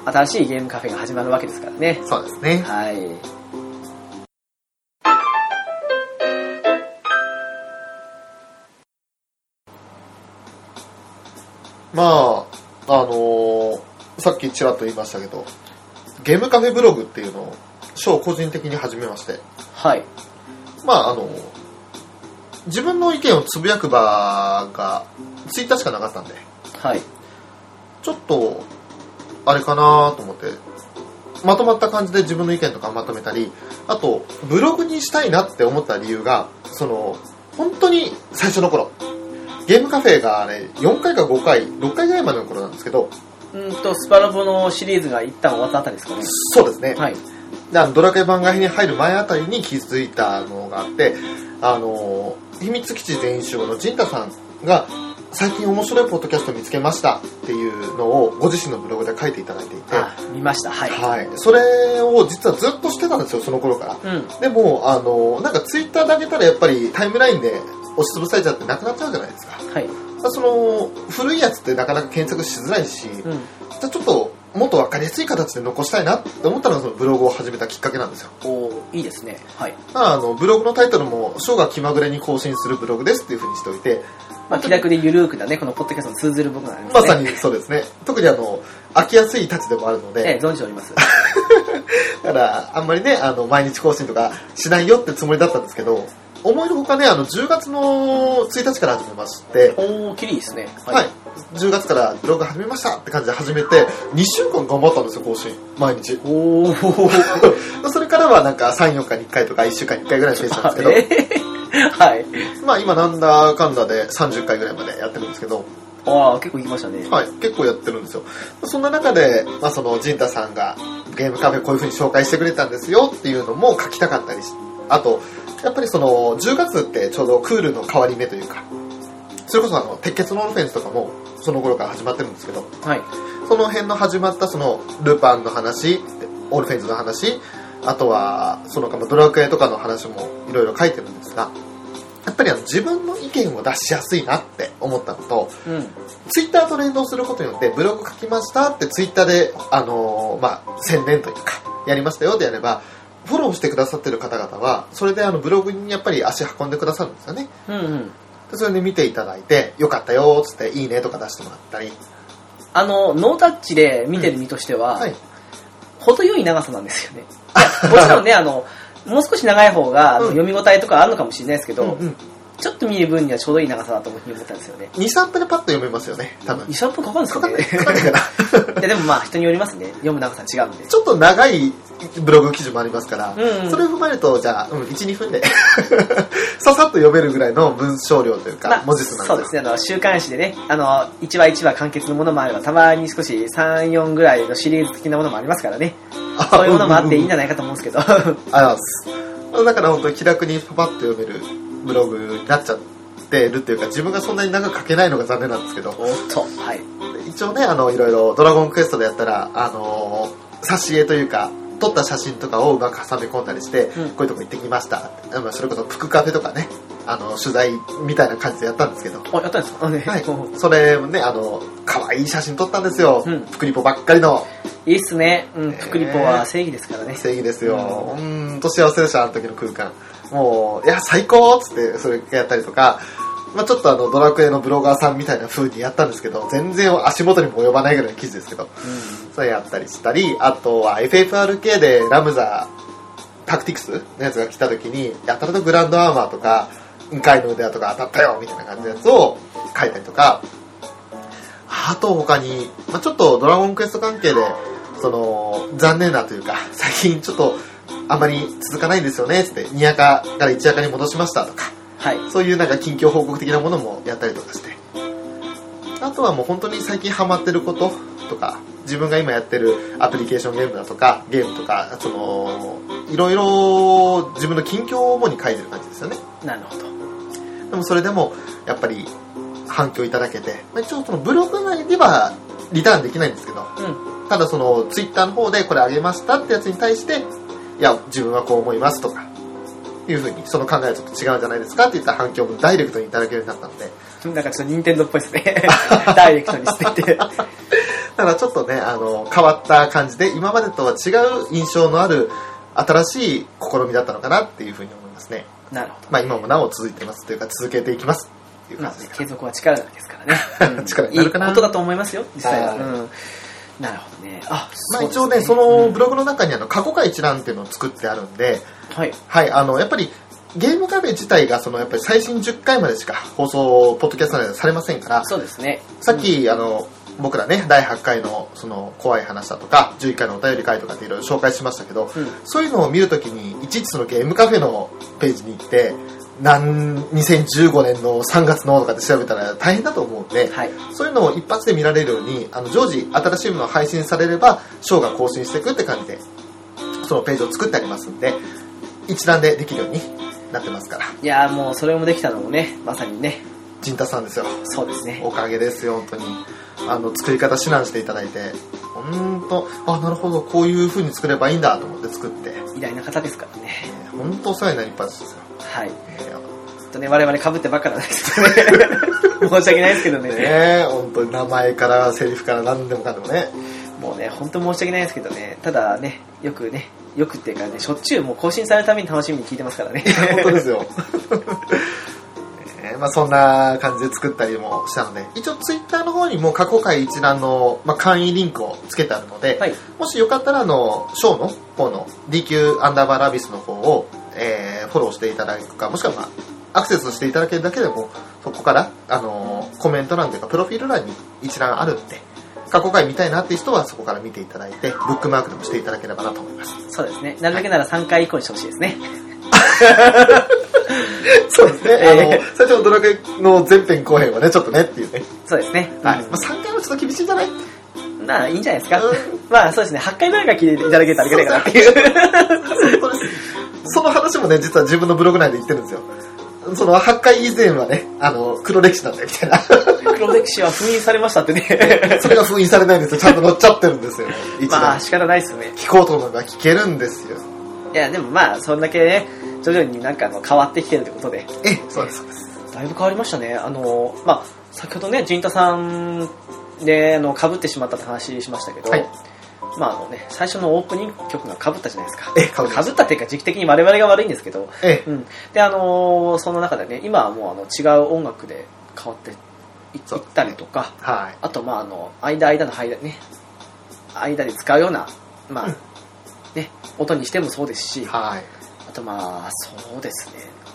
Speaker 1: 新しいゲームカフェが始まるわけですからね。
Speaker 2: そうですね
Speaker 1: はい。
Speaker 2: まああのーさっきちらっと言いましたけどゲームカフェブログっていうのを賞を個人的に始めまして
Speaker 1: はい。
Speaker 2: まああのー自分の意見をつぶやく場がツイッターしかなかったんで
Speaker 1: はい。
Speaker 2: ちょっと、あれかなと思って、まとまった感じで自分の意見とかまとめたり、あと、ブログにしたいなって思った理由が、その、本当に最初の頃、ゲームカフェがあれ、4回か5回、6回ぐらいまでの頃なんですけど、
Speaker 1: うんと、スパロボのシリーズが一旦終わったあたりですかね。
Speaker 2: そうですね、
Speaker 1: はい。
Speaker 2: であのドラクエ番外編に入る前あたりに気づいたのがあって、あのー秘密基地全集の陣太さんが、最近面白いポッドキャスト見つけましたっていうのをご自身のブログで書いていただいていて、
Speaker 1: あ、見ました。はい。
Speaker 2: はい、それを実はずっとしてたんですよ、その頃から。
Speaker 1: うん。
Speaker 2: でも、あの、なんかツイッターだけたらやっぱりタイムラインで押しつぶされちゃってなくなっちゃうじゃないですか。
Speaker 1: はい。
Speaker 2: その、古いやつってなかなか検索しづらいし、
Speaker 1: う
Speaker 2: じ
Speaker 1: ん。
Speaker 2: ゃあちょっともっとわかりやすい形で残したいなって思ったのがそのブログを始めたきっかけなんですよ。
Speaker 1: おーいいですね。はい。
Speaker 2: まあ、あの、ブログのタイトルも、生涯気まぐれに更新するブログですっていう風にしておいて、
Speaker 1: まあ、気楽でゆるーくだね、このポッドキャストに通ずる部分がありますね。
Speaker 2: まさにそうですね。特にあの、飽きやすいたちでもあるので、
Speaker 1: ええ、存じております。
Speaker 2: だから、あんまりね、あの、毎日更新とかしないよってつもりだったんですけど、思いのほかね、あの、10月の1日から始めまして、
Speaker 1: おー、きりいいですね。
Speaker 2: はい。 10月からブログ始めましたって感じで始めて、2週間頑張ったんですよ、更新。毎日。
Speaker 1: おお
Speaker 2: それからはなんか3、4日に1回とか1週間に1回ぐらいのペースなんですけ
Speaker 1: はい。
Speaker 2: ど、まあ今なんだかんだで30回ぐらいまでやってるんですけど、
Speaker 1: ああ、結構行きましたね。
Speaker 2: はい、結構やってるんですよ。そんな中で、まあその、ジンタさんがゲームカフェこういう風に紹介してくれたんですよっていうのも書きたかったりし、あと、やっぱりその、10月ってちょうどクールの変わり目というか、それこそあの、鉄血のオルフェンスとかも、その頃から始まってるんですけど、
Speaker 1: はい。
Speaker 2: その辺の始まったそのルパンの話、オルフェンズの話、あとはその他まあドラクエとかの話もいろいろ書いてるんですが、やっぱりあの自分の意見を出しやすいなって思ったのと、
Speaker 1: うん。
Speaker 2: ツイッターと連動することによってブログ書きましたってツイッターで、あのーまあ、宣伝というか、やりましたよでやれば、フォローしてくださってる方々は、それであのブログにやっぱり足運んでくださるんですよね。
Speaker 1: うんうん。
Speaker 2: でそれで見ていただいて、よかったよーっつって、いいねとか出してもらったり。
Speaker 1: あの、ノータッチで見てる身としては、
Speaker 2: はい。
Speaker 1: 程よい長さなんですよね。もちろんね、あの、もう少し長い方が、あの
Speaker 2: うん
Speaker 1: 読み応えとかあるのかもしれないですけど、
Speaker 2: うんうん
Speaker 1: ちょっと見る分にはちょうどいい長さだと思って思ったんですよね。
Speaker 2: 2、3分でパッと読めますよね、多分
Speaker 1: 2、。3分かかるんです
Speaker 2: か
Speaker 1: か
Speaker 2: かん
Speaker 1: ね
Speaker 2: ない、かかんないかな。
Speaker 1: いやでもまあ人によりますね。読む長さ違うんで。
Speaker 2: ちょっと長いブログ記事もありますから、
Speaker 1: うんうん
Speaker 2: それを踏まえると、じゃあ、うん、1、2分で、 ささっと読めるぐらいの文章量というか、文字数なん
Speaker 1: そうですね、あの、週刊誌でね、あの、1話1話完結のものもあれば、たまに少し3、4ぐらいのシリーズ的なものもありますからね。
Speaker 2: あ
Speaker 1: そういうものもあっていいんじ
Speaker 2: な
Speaker 1: ゃないかと思うんですけど。は
Speaker 2: あそうだから本当に気楽にパパッと読めるブログになっちゃってるっていうか、自分がそんなに長く書けないのが残念なんですけど、
Speaker 1: お っと、はい。
Speaker 2: 一応ね、あの、いろいろドラゴンクエストでやったら、あのー挿絵というか、撮った写真とかをうまく挟み込んだりして、
Speaker 1: うん
Speaker 2: こういうとこ行ってきました。あのそれこそ、プクカフェとかね、あの、取材みたいな感じでやったんですけど、
Speaker 1: あ、やったんですかあのね、
Speaker 2: はい
Speaker 1: お。
Speaker 2: それもね、あの、可愛い写真撮ったんですよ。
Speaker 1: うん
Speaker 2: プクリポばっかりの
Speaker 1: いいっすね。うん、ククリポは正義ですからね。
Speaker 2: 正義ですよ。うーんと幸せでした、あの時の空間。もう、いや、最高っつって、それやったりとか、まあちょっとあの、ドラクエのブロガーさんみたいな風にやったんですけど、全然足元にも及ばないぐらいの記事ですけど、それやったりしたり、あとは FFRK でラムザタクティクスのやつが来た時に、やたらとグランドアーマーとか、雲海の腕輪とか当たったよみたいな感じのやつを書いたりとか、あと他に、まあ、ちょっとドラゴンクエスト関係で、その、残念なというか、最近ちょっとあまり続かないんですよね、つって、2夜かから1夜かに戻しましたとか、
Speaker 1: はい。
Speaker 2: そういうなんか近況報告的なものもやったりとかして。あとはもう本当に最近ハマってることとか、自分が今やってるアプリケーションゲームだとか、ゲームとか、その、いろいろ自分の近況を主に書いてる感じですよね。
Speaker 1: なるほど。
Speaker 2: でもそれでも、やっぱり反響いただけて、まあ、一応そのブログ内ではリターンできないんですけど、
Speaker 1: う ん。
Speaker 2: ただそのツイッターの方でこれあげましたってやつに対して、いや、自分はこう思いますとか、いうふうに、その考えはちょっと違うんじゃないですかって言った反響もダイレクトにいただけるようになったので、
Speaker 1: なんかちょっと任天堂っぽいですね。 ダイレクトにしてい て。
Speaker 2: ただちょっとね、あの、変わった感じで、今までとは違う印象のある新しい試みだったのかなっていうふうに思いますね。
Speaker 1: なるほど。
Speaker 2: まあ今もなお続いてますというか、続けていきますっていう
Speaker 1: まあ
Speaker 2: 感じ、
Speaker 1: 継続は力なわけですからね。うん
Speaker 2: 力になるかない
Speaker 1: いことだと思いますよ、実際は。
Speaker 2: は
Speaker 1: う
Speaker 2: い
Speaker 1: ん。なるほどね。あ、
Speaker 2: まあ
Speaker 1: う
Speaker 2: 一応ね、そのブログの中にあの、過去回一覧っていうのを作ってあるんで、
Speaker 1: はい。
Speaker 2: はい、あの、やっぱり、ゲームカフェ自体が、その、やっぱり最新10回までしか放送、ポッドキャスト内ではされませんから、
Speaker 1: そうですね。
Speaker 2: さっき、あの、僕らね、第8回の、その、怖い話だとか、11回のお便り会とかっていろいろ紹介しましたけど、
Speaker 1: うん
Speaker 2: そういうのを見るときに、いちいちそのゲームカフェのページに行って、なん、2015年の3月のとかって調べたら大変だと思うんで、
Speaker 1: はい。
Speaker 2: そういうのを一発で見られるように、あの、常時新しいものが配信されれば、ショーが更新していくって感じで、そのページを作ってありますんで、一覧でできるようになってますから、
Speaker 1: いやーもうそれもできたのもね、まさにね、
Speaker 2: 陣太さんですよ。
Speaker 1: そうですね。
Speaker 2: おかげですよ、本当に。あの、作り方指南していただいて、ほんと、あ、なるほど、こういう風に作ればいいんだと思って作って、
Speaker 1: 偉大な方ですからね。
Speaker 2: ほんとお世話になりっぱなしですよ。
Speaker 1: はい。
Speaker 2: えー
Speaker 1: ちょっとね、我々被ってばっかなんですけどね。 申し訳ないですけどね。
Speaker 2: ねえ、本当に名前からセリフから何でもかんでもね。
Speaker 1: もうね、本当申し訳ないですけどね。ただね、よくね、よくっていうかね、しょっちゅうもう更新されるために楽しみに聞いてます からね。
Speaker 2: 本当ですよ。えーまあ、そんな感じで作ったりもしたので、一応ツイッターの方にも過去回一覧の、まあ、簡易リンクをつけてあるので、
Speaker 1: はい。
Speaker 2: もしよかったら、あの、ショーの方の DQ アンダーバーラビスの方を、えーフォローしていただくか、もしくは、まあ、アクセスしていただけるだけでも、そこから、あのーコメント欄というか、プロフィール欄に一覧あるんで、過去回見たいなっていう人はそこから見ていただいて、ブックマークでもしていただければなと思います。
Speaker 1: そうですね。なるべくなら3回以降にしてほしいですね。
Speaker 2: そうですね。あの
Speaker 1: ええ、
Speaker 2: 最初のドラクエの前編後編はね、ちょっとねっていうね。
Speaker 1: そうですね。
Speaker 2: はい。
Speaker 1: うん
Speaker 2: まあ、3回はちょっと厳しいんじゃない
Speaker 1: まあ、いいんじゃないですか
Speaker 2: うん。
Speaker 1: まあ、そうですね。8回ぐらいから聞いていただけたらありがたいかなって いう。
Speaker 2: そうですその話もね、実は自分のブログ内で言ってるんですよ。その8回以前はね、あの、黒歴史なんだよみたいな。
Speaker 1: 黒歴史は封印されましたってね。
Speaker 2: それが封印されないんですよ。ちゃんと乗っちゃってるん ですよ。一
Speaker 1: まあ、
Speaker 2: 番。
Speaker 1: 仕方ないですね。
Speaker 2: 聞こうと思えば聞けるんですよ。
Speaker 1: いや、でもまあ、そんだけね、徐々になんかあの変わってきてるってことで、
Speaker 2: ええ、そうです、そうです。
Speaker 1: だいぶ変わりましたね。あの、まあ、先ほどね、陣太さんで、あの、被ってしまったって話しましたけど、
Speaker 2: はい
Speaker 1: まああのね、最初のオープニング曲が被ったじゃないですか。
Speaker 2: ええ被りました
Speaker 1: 被ったっていうか、時期的に我々が悪いんですけど、
Speaker 2: え
Speaker 1: うん。で、あのその中でね、今はもうあの違う音楽で変わっていい
Speaker 2: そう
Speaker 1: ったりとか、
Speaker 2: え、はい。
Speaker 1: あと、まあ、あの、間、間の間、ね、間で使うような、まあ、ね、音にしてもそうですし、あ
Speaker 2: はい。
Speaker 1: と、まあ、そうですね、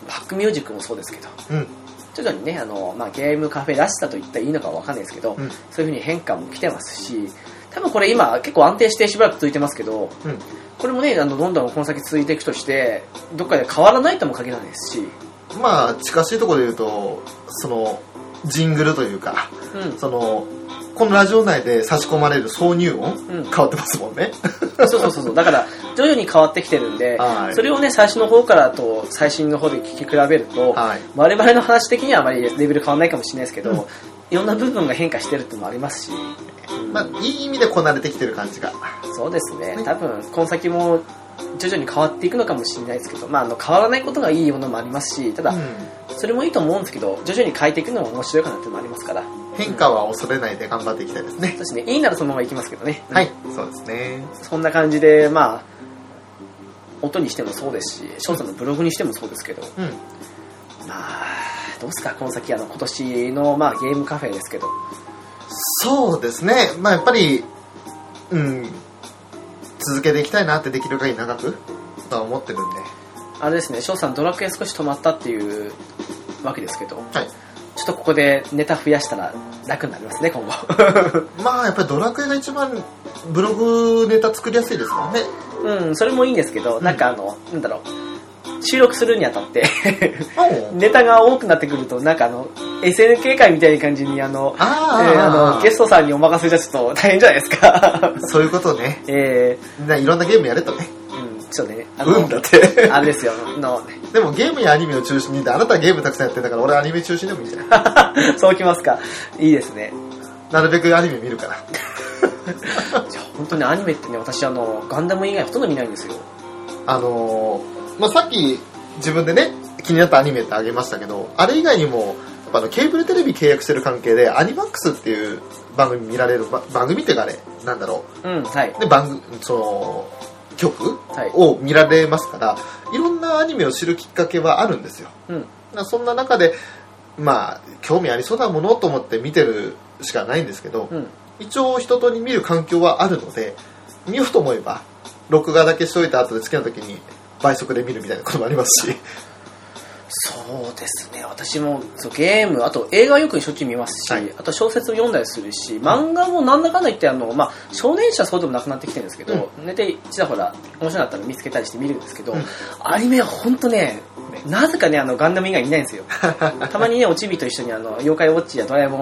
Speaker 1: バックミュージックもそうですけど、
Speaker 2: うん。
Speaker 1: 徐々にね、あの、まあ、ゲームカフェらしさと言ったらいいのかわかんないですけど、
Speaker 2: うん。
Speaker 1: そういう風に変化も来てますし、多分これ今結構安定してしばらく続いてますけど、
Speaker 2: うん。
Speaker 1: これもね、あの、どんどんこの先続いていくとして、どっかで変わらないとも限らないですし、
Speaker 2: まあ、近しいところで言うと、その、ジングルというか、
Speaker 1: うん、
Speaker 2: その、このラジオ内で差し込まれる挿入音、
Speaker 1: うん
Speaker 2: 変わってますもんね。
Speaker 1: そうそうそうそう。だから、徐々に変わってきてるんで、
Speaker 2: はい
Speaker 1: それをね、最初の方からと最新の方で聞き比べると、
Speaker 2: はい。
Speaker 1: 我々の話的にはあまりレベル変わんないかもしれないですけど、
Speaker 2: うん
Speaker 1: いろんな部分が変化してるってのもありますし、
Speaker 2: まあ、いい意味でこなれてきてる感じが。
Speaker 1: そうですね
Speaker 2: は、い
Speaker 1: 多分この先も徐々に変わっていくのかもしれないですけど、まあ、あの変わらないことがいいものもありますし、ただ、
Speaker 2: うん
Speaker 1: それもいいと思うんですけど、徐々に変えていくのも面白いかなっていうのもありますから、
Speaker 2: 変化は恐れないで頑張っていきたいですね。
Speaker 1: 私ね、いいならそのままいきますけどね、
Speaker 2: はい、そうですね。
Speaker 1: そんな感じで、まあ、音にしてもそうですし、翔さんのブログにしてもそうですけど、
Speaker 2: うん。
Speaker 1: まあ、どうですか、この先、あの今年の、まあ、ゲームカフェですけど、
Speaker 2: そうですね。まあ、やっぱり、うん、続けていきたいなってできる限り長く、とは思ってるんで。
Speaker 1: あれですね、翔さん、ドラクエ少し止まったっていうわけですけど、
Speaker 2: はい。
Speaker 1: ちょっとここでネタ増やしたら楽になりますね、今後。
Speaker 2: まあ、やっぱりドラクエが一番ブログネタ作りやすいですもんね。
Speaker 1: うん、それもいいんですけど、なんかあの、なんだろう、収録するにあたって、 ネタが多くなってくると、なんかあの、SNK 会みたいな感じに、あの、え
Speaker 2: あー
Speaker 1: ーあのゲストさんにお任せじゃちょっと 大変じゃないですか。
Speaker 2: そういうことね。
Speaker 1: え
Speaker 2: みんないろんなゲームやれとね。
Speaker 1: ー、うん、ちょっとね、あの、
Speaker 2: うんだって。
Speaker 1: あれですよ、あの、
Speaker 2: でもゲームやアニメを中心にで、あなたはゲームたくさんやってんだから、俺はアニメ中心でもいいじゃん。
Speaker 1: そうきますか。いいですね。
Speaker 2: なるべくアニメ見るから。
Speaker 1: いや本当にアニメってね、私あの、ガンダム以外ほとんど見ないんですよ。
Speaker 2: あのーまあ、さっき自分でね、気になったアニメってあげましたけど、あれ以外にも、やっぱあのケーブルテレビ契約してる関係で、アニマックスっていう番組見られる、ば番組っていうかあれ、なんだろ。。
Speaker 1: うん、はいう
Speaker 2: で、番組、その、曲
Speaker 1: はい。
Speaker 2: を見られますから、いろんなアニメを知るきっかけはあるんですよ。
Speaker 1: うん。
Speaker 2: まあそんな中で、まあ、興味ありそうなものと思って見てるしかないんですけど、
Speaker 1: うん。
Speaker 2: 一応人と見る環境はあるので、見ようと思えば、録画だけしといた後で好きな時に倍速で見るみたいなこともありま すし、
Speaker 1: そうですね、私もそうゲーム、あと映画よくしょっちゅう見ますし、
Speaker 2: はい
Speaker 1: あと小説を読んだりするし、漫画もなんだかんだ言ってあの、まあ、少年誌はそうでもなくなってきてるんですけど、寝てちらほら面白いなったら見つけたりして見るんですけど、
Speaker 2: うん
Speaker 1: アニメは本当ね、なぜかね、あのガンダム以外いないん ですよ。たまにね、おちびと一緒にあの妖怪ウォッチやドラえもん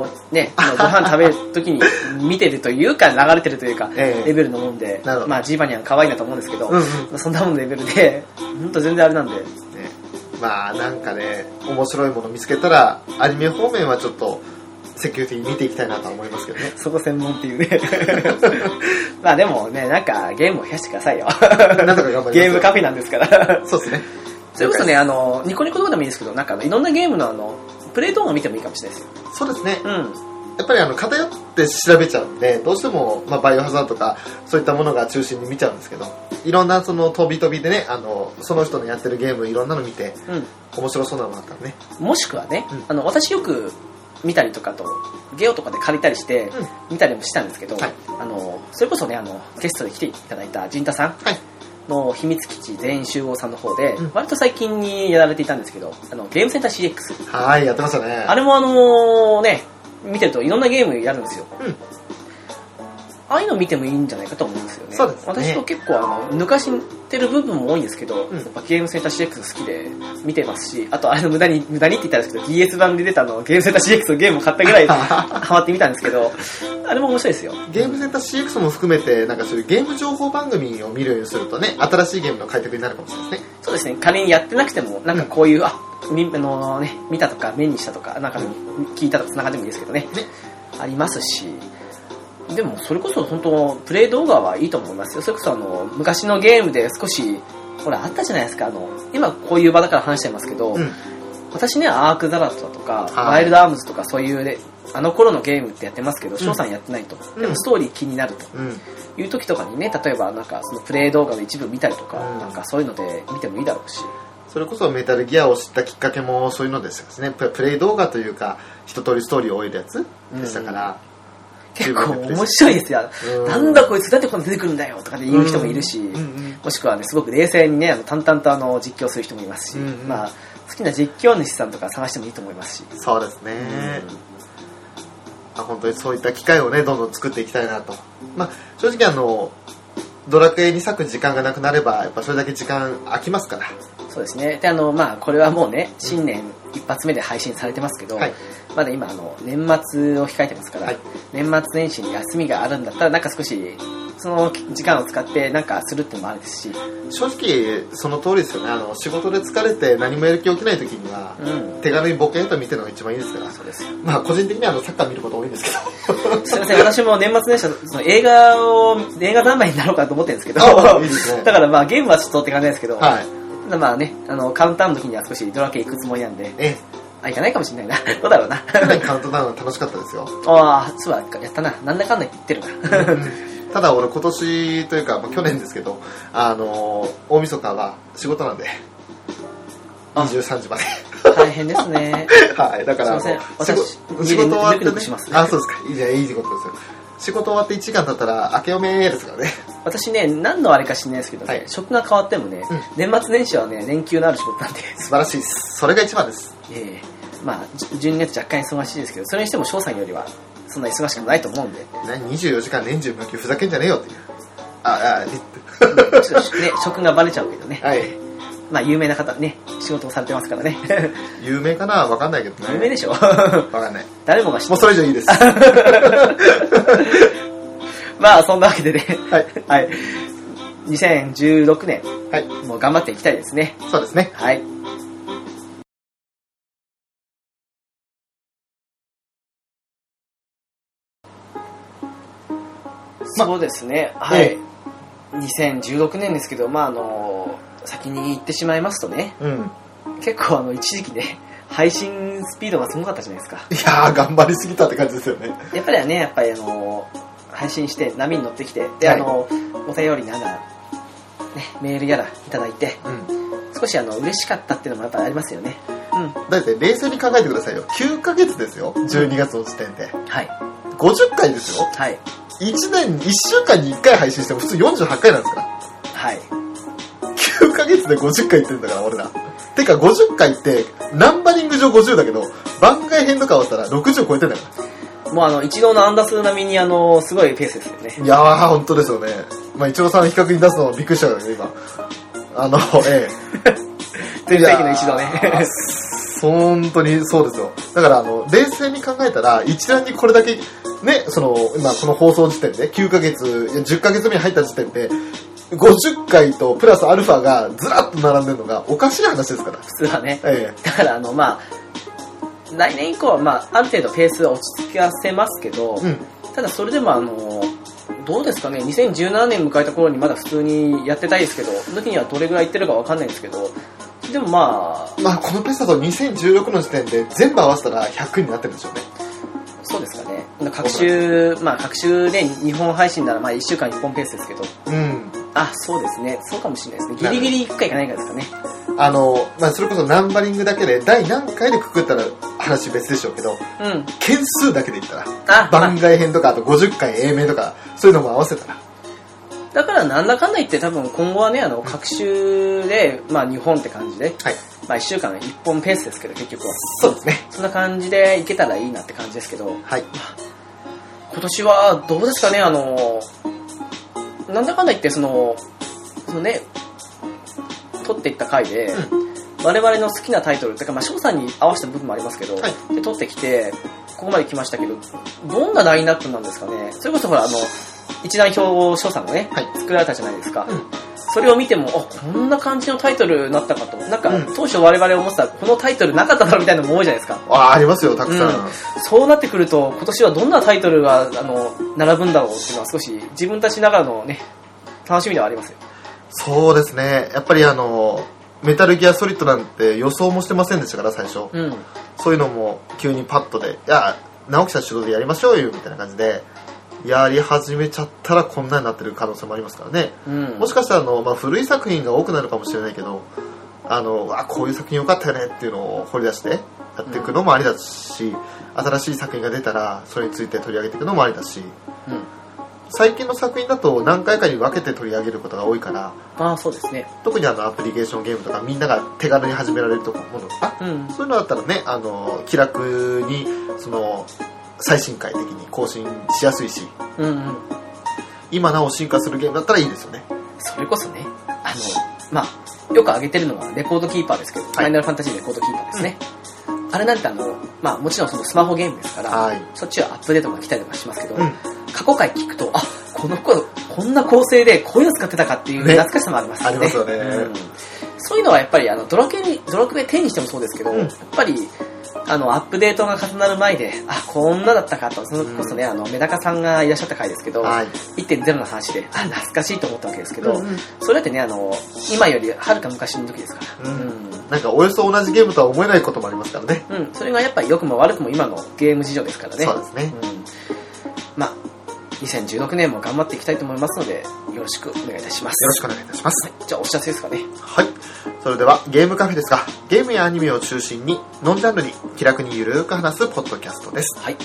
Speaker 1: をね、あのご飯食べるときに見てるというか、流れてるというか、
Speaker 2: ええ
Speaker 1: レベルのもんで、
Speaker 2: なるほど
Speaker 1: まあ、ジーバニャン可愛いなと思うんですけど、
Speaker 2: うんうん
Speaker 1: まあそんなもんのレベルで、本当全然あれなんで。
Speaker 2: ね、まあなんかね、面白いもの見つけたら、アニメ方面はちょっと積極的に見ていきたいなとは思いますけ どね。
Speaker 1: そこ専門っていうね。まあでもね、なんかゲームを増やしてくださいよ。
Speaker 2: なんとか頑張ります
Speaker 1: ゲームカフェなんですから。
Speaker 2: そうですね。
Speaker 1: それこそね、あの、ニコニコとかでもいいですけど、なんかあのいろんなゲームのあの、プレイ動画を見てもいいかもしれないですよ。
Speaker 2: そうですね。
Speaker 1: うん。
Speaker 2: やっぱりあの偏って調べちゃうんで、どうしても、まあ、バイオハザードとか、そういったものが中心に見ちゃうんですけど、いろんなその飛び飛びでね、あの、その人のやってるゲームいろんなの見て、
Speaker 1: う
Speaker 2: 面白そうなのあったらね。
Speaker 1: ん。もしくはね、
Speaker 2: うん
Speaker 1: あの、私よく見たりとかと、ゲオとかで借りたりして、
Speaker 2: うん
Speaker 1: 見たりもしたんですけど、
Speaker 2: はい
Speaker 1: あの、それこそね、あの、ゲストで来ていただいた陣太さん。
Speaker 2: はい。
Speaker 1: の秘密基地全員集合さんの方で、
Speaker 2: うん
Speaker 1: 割と最近にやられていたんですけど、あのゲームセンター CX。
Speaker 2: はい、やってましたね。
Speaker 1: あれもあのね、見てるといろんなゲームやるんですよ。
Speaker 2: うん
Speaker 1: ああいうの見てもいいんじゃないかと思うんですよね。
Speaker 2: そうですね
Speaker 1: 私と結構あの、抜かしてる部分も多いんですけど、
Speaker 2: うん
Speaker 1: やっぱゲームセンター CX 好きで見てますし、あとあれの無駄に、無駄にって言ったんですけど、DS 版で出たあのゲームセンター CX のゲームを買ったぐらいハマってみたんですけど、あれも面白いですよ。
Speaker 2: ゲームセンター CX も含めて、なんかそういうゲーム情報番組を見るようにするとね、新しいゲームの開拓になるかもしれないですね。
Speaker 1: そうですね、仮にやってなくても、なんかこういう、あ、み、あのね、見たとか、目にしたとか、なんか聞いたとか、つながってもいいですけどね。
Speaker 2: ね
Speaker 1: ありますし、でもそれこそ本当、プレイ動画はいいと思いますよ。それこそあの、昔のゲームで少し、ほら、あったじゃないですか、あの、今こういう場だから話しちゃいますけど、
Speaker 2: うん。
Speaker 1: 私ね、アークザラットだとか、
Speaker 2: い
Speaker 1: ワイルドアームズとかそういうね、あの頃のゲームってやってますけど、翔さんやってないと。
Speaker 2: うん
Speaker 1: でもストーリー気になると。
Speaker 2: うん。
Speaker 1: いう時とかにね、例えばなんかそのプレイ動画の一部見たりとか、
Speaker 2: うん
Speaker 1: なんかそういうので見てもいいだろうし。
Speaker 2: それこそメタルギアを知ったきっかけもそういうのですね。ププレイ動画というか、一通りストーリーを終えるやつでしたから。
Speaker 1: 結構面白いですよ。
Speaker 2: うん
Speaker 1: なんだこいつ、だってこんな出てくるんだよとかで言う人もいるし、
Speaker 2: うんうん
Speaker 1: もしくはね、すごく冷静にね、あの淡々とあの実況する人もいますし、
Speaker 2: うんうん
Speaker 1: まあ、好きな実況主さんとか探してもいいと思いますし、
Speaker 2: そうですね。まあ、本当にそういった機会をね、どんどん作っていきたいなと。まあ、正直あの、ドラクエに割く時間がなくなれば、やっぱそれだけ時間空きますから。
Speaker 1: そうですね。で、あの、まあ、これはもうね、新年一発目で配信されてますけど、
Speaker 2: はい
Speaker 1: まだ今、あの、年末を控えてますから、
Speaker 2: はい
Speaker 1: 年末年始に休みがあるんだったら、なんか少し、その時間を使ってなんかするってのもあるですし、
Speaker 2: 正直、その通りですよね。あの、仕事で疲れて何もやる気起きない時には、
Speaker 1: うん。
Speaker 2: 手軽にボケーと見てるのが一番いいですから。
Speaker 1: そうです
Speaker 2: まあ、個人的にはあのサッカー見ること多いんですけど。
Speaker 1: すいません、私も年末年始はその映画を、映画三昧になろうかと思ってるんですけど、
Speaker 2: あいいですね
Speaker 1: だからまあゲームはちょっとって感じなんですけど、
Speaker 2: はい。
Speaker 1: ただまあね、あの、カウンターンの時には少しドラケ行くつもりなんで、
Speaker 2: え
Speaker 1: あ、行かないかもしれないな。どうだろうな。
Speaker 2: え、去年カウントダウンは楽しかったですよ。
Speaker 1: ああ、そうだ、やったな。なんだかんだ言ってる な。
Speaker 2: ただ俺今年というか、まあ、去年ですけど、あのー大晦日は仕事なんで、
Speaker 1: あ
Speaker 2: 23時 まで。
Speaker 1: 大変ですね。
Speaker 2: はい、だからあの、
Speaker 1: すいません私
Speaker 2: 事仕事終わって、
Speaker 1: ぬくぬくしますね
Speaker 2: あ、そうですか。いいじゃん、いい仕事ですよ。仕事終わって1時間経ったら、明けおめですからね。
Speaker 1: 私ね、何のあれか知んないですけどね、
Speaker 2: はい
Speaker 1: 職が変わってもね、
Speaker 2: うん
Speaker 1: 年末年始はね、年休のある仕事なんで、
Speaker 2: 素晴らしいです。それが一番です。
Speaker 1: ええまあ、じ12月若干忙しいですけど、それにしても翔さんよりは、そんな忙しくないと 思うんで、
Speaker 2: 何24時間年中無休ふざけんじゃねえよっていう。あ、あ、リッ。
Speaker 1: ちょっとね、職がバレちゃうけどね
Speaker 2: はい。
Speaker 1: まあ、有名な方ね、仕事をされてます からね。
Speaker 2: 有名かなわかんないけどね。
Speaker 1: 有名でしょ
Speaker 2: わかんない。
Speaker 1: 誰もが知って
Speaker 2: もう
Speaker 1: る
Speaker 2: それ以上 いいです。
Speaker 1: まあ、そんなわけでね、
Speaker 2: はい。
Speaker 1: はい。2016年、
Speaker 2: はい。
Speaker 1: もう頑張っていきたいですね。
Speaker 2: そうですね。
Speaker 1: はい。
Speaker 2: ま
Speaker 1: そうですね、は
Speaker 2: え
Speaker 1: い。2016年ですけど、まあ、あの、先に言ってしまいますとね、
Speaker 2: うん。
Speaker 1: 結構あの、一時期ね、配信スピードがすごかったじゃないですか。
Speaker 2: いやー、頑張りすぎたって感じですよね。
Speaker 1: やっぱりはね、やっぱりあの、配信して波に乗ってきて、で、
Speaker 2: はい
Speaker 1: あの、お便りなんだ、ね、メールやらいただいて、
Speaker 2: うん。
Speaker 1: 少しあの、嬉しかったっていうのもやっぱりありますよね。う
Speaker 2: だって冷静に考えてくださいよ。9ヶ月ですよ。12月の時点で。
Speaker 1: ん。はい。
Speaker 2: 50回ですよ。
Speaker 1: はい。
Speaker 2: 1年、1週間に1回配信しても普通48回なんですから。
Speaker 1: はい。
Speaker 2: 9ヶ月で50回言ってんだから、俺ら。てか、50回って、ナンバリング上50だけど、番外編とか合わせたら60超えてんだから。
Speaker 1: もうあの、一郎のアンダース並みにあの、すごいペースですよね。
Speaker 2: いやー、本当ですよね。まあ、一郎さんの比較に出すのもびっくりしたからね、今。あの、ええ。
Speaker 1: 全盛期の一郎ね。
Speaker 2: いやー本当にそうですよ。だから、あの、冷静に考えたら、一覧にこれだけ、ね、その、今、この放送時点で、9ヶ月、いや10ヶ月目に入った時点で、50回とプラスアルファがずらっと並んでるのがおかしい話ですから。
Speaker 1: 普通はね。
Speaker 2: え
Speaker 1: だからあの、まあ、来年以降はまあ、ある程度ペースは落ち着かせますけど、
Speaker 2: えうん。
Speaker 1: ただそれでもあの、どうですかね、2017年迎えた頃にまだ普通にやってたいですけど、その時にはどれぐらいいってるかわかんないんですけど、でもまあ、
Speaker 2: まあ、このペスだと2016の時点で全部合わせたら100になってるんでしょうね。
Speaker 1: そうですかね。各週、まあ各週で日本配信ならまあ1週間1本ペースですけど、
Speaker 2: うん。
Speaker 1: あ、そうですね、そうかもしれないですね。ギリギリ1回いかないかですかね。
Speaker 2: あの、まあ、それこそナンバリングだけで、第何回でくくったら話別でしょうけど、
Speaker 1: うん。
Speaker 2: 件数だけで言ったら、
Speaker 1: あ、まあ
Speaker 2: 番外編とか、あと50回 A 面とか、そういうのも合わせたら。
Speaker 1: だからなんだかんだ言って多分今後はね、あの、各週で、まあ日本って感じで、
Speaker 2: はい。
Speaker 1: まあ1週間1本ペースですけど結局は。
Speaker 2: そうですね。
Speaker 1: そんな感じでいけたらいいなって感じですけど、
Speaker 2: はい。
Speaker 1: 今年はどうですかね、あの、なんだかんだ言って、その、そのね、撮っていった回で、我々の好きなタイトルっていうか、まあ、翔さんに合わせた部分もありますけど、
Speaker 2: はい
Speaker 1: で撮ってきて、ここまで来ましたけど、どんなラインナップなんですかね。それこそほら、あの、一覧表を翔さんがね、
Speaker 2: はい
Speaker 1: 作られたじゃないですか。
Speaker 2: うん
Speaker 1: それを見ても、あ、こんな感じのタイトルになったかと。なんか、
Speaker 2: うん
Speaker 1: 当初我々思ってた、このタイトルなかっただろうみたいなのも多いじゃないですか。
Speaker 2: あーありますよ、たくさん。
Speaker 1: うんそうなってくると、今年はどんなタイトルがあの並ぶんだろうっていうのは少し自分たちながらのね、楽しみではありますよ。
Speaker 2: そうですね。やっぱりあの、メタルギアソリッドなんて予想もしてませんでしたから、最初。
Speaker 1: うん。
Speaker 2: そういうのも急にパッとで、いや、直樹さん主導でやりましょうよ、みたいな感じで、やり始めちゃったらこんなになってる可能性もありますからね。
Speaker 1: うん。
Speaker 2: もしかしたらあの、まあ、古い作品が多くなるかもしれないけど、あの、わあ、こういう作品良かったよねっていうのを掘り出してやっていくのもありだし、新しい作品が出たら、それについて取り上げていくのもありだし、
Speaker 1: うん。
Speaker 2: 最近の作品だと何回かに分けて取り上げることが多いから、
Speaker 1: ああ、そうですね。
Speaker 2: 特にあのアプリケーションゲームとかみんなが手軽に始められると思うのか
Speaker 1: うん。
Speaker 2: そういうのだったらね、あの、気楽に、その、最新回的に更新しやすいし、
Speaker 1: うんうん。
Speaker 2: 今なお進化するゲームだったらいいですよね。
Speaker 1: それこそね、あの、まあ、よく挙げてるのはレコードキーパーですけど、ファイナルファンタジーレコードキーパーですね。あれなんてあの、まあもちろんそのスマホゲームですから、
Speaker 2: はい
Speaker 1: そっちはアップデートが来たりとかしますけど、
Speaker 2: うん
Speaker 1: 過去回聞くと、あ、この頃、こんな構成でこういうの使ってたかっていう
Speaker 2: ね
Speaker 1: 懐かしさもありますよね。
Speaker 2: ありますよね
Speaker 1: うんそういうのはやっぱりあのドラクエに、ドラクエ10にしてもそうですけど、
Speaker 2: うん
Speaker 1: やっぱり、あの、アップデートが重なる前で、あ、こんなだったかと、それこそね、あの、メダカさんがいらっしゃった回ですけど、
Speaker 2: はい。
Speaker 1: 1.0の話で、あ、懐かしいと思ったわけですけど、
Speaker 2: うんうん
Speaker 1: それってね、あの、今よりはるか昔の時ですから。
Speaker 2: うん
Speaker 1: うん。
Speaker 2: なんかおよそ同じゲームとは思えないこともありますからね。
Speaker 1: うんそれがやっぱり良くも悪くも今のゲーム事情ですからね。
Speaker 2: そうですね。
Speaker 1: うん。まあ、2016年も頑張っていきたいと思いますので、よろしくお願いいたします。
Speaker 2: よろしくお願いいたします。
Speaker 1: じゃあ、お知らせですかね。
Speaker 2: はい。それではゲームカフェですが、ゲームやアニメを中心に、ノンジャンルに気楽にゆるーく話すポッドキャストです。
Speaker 1: はい。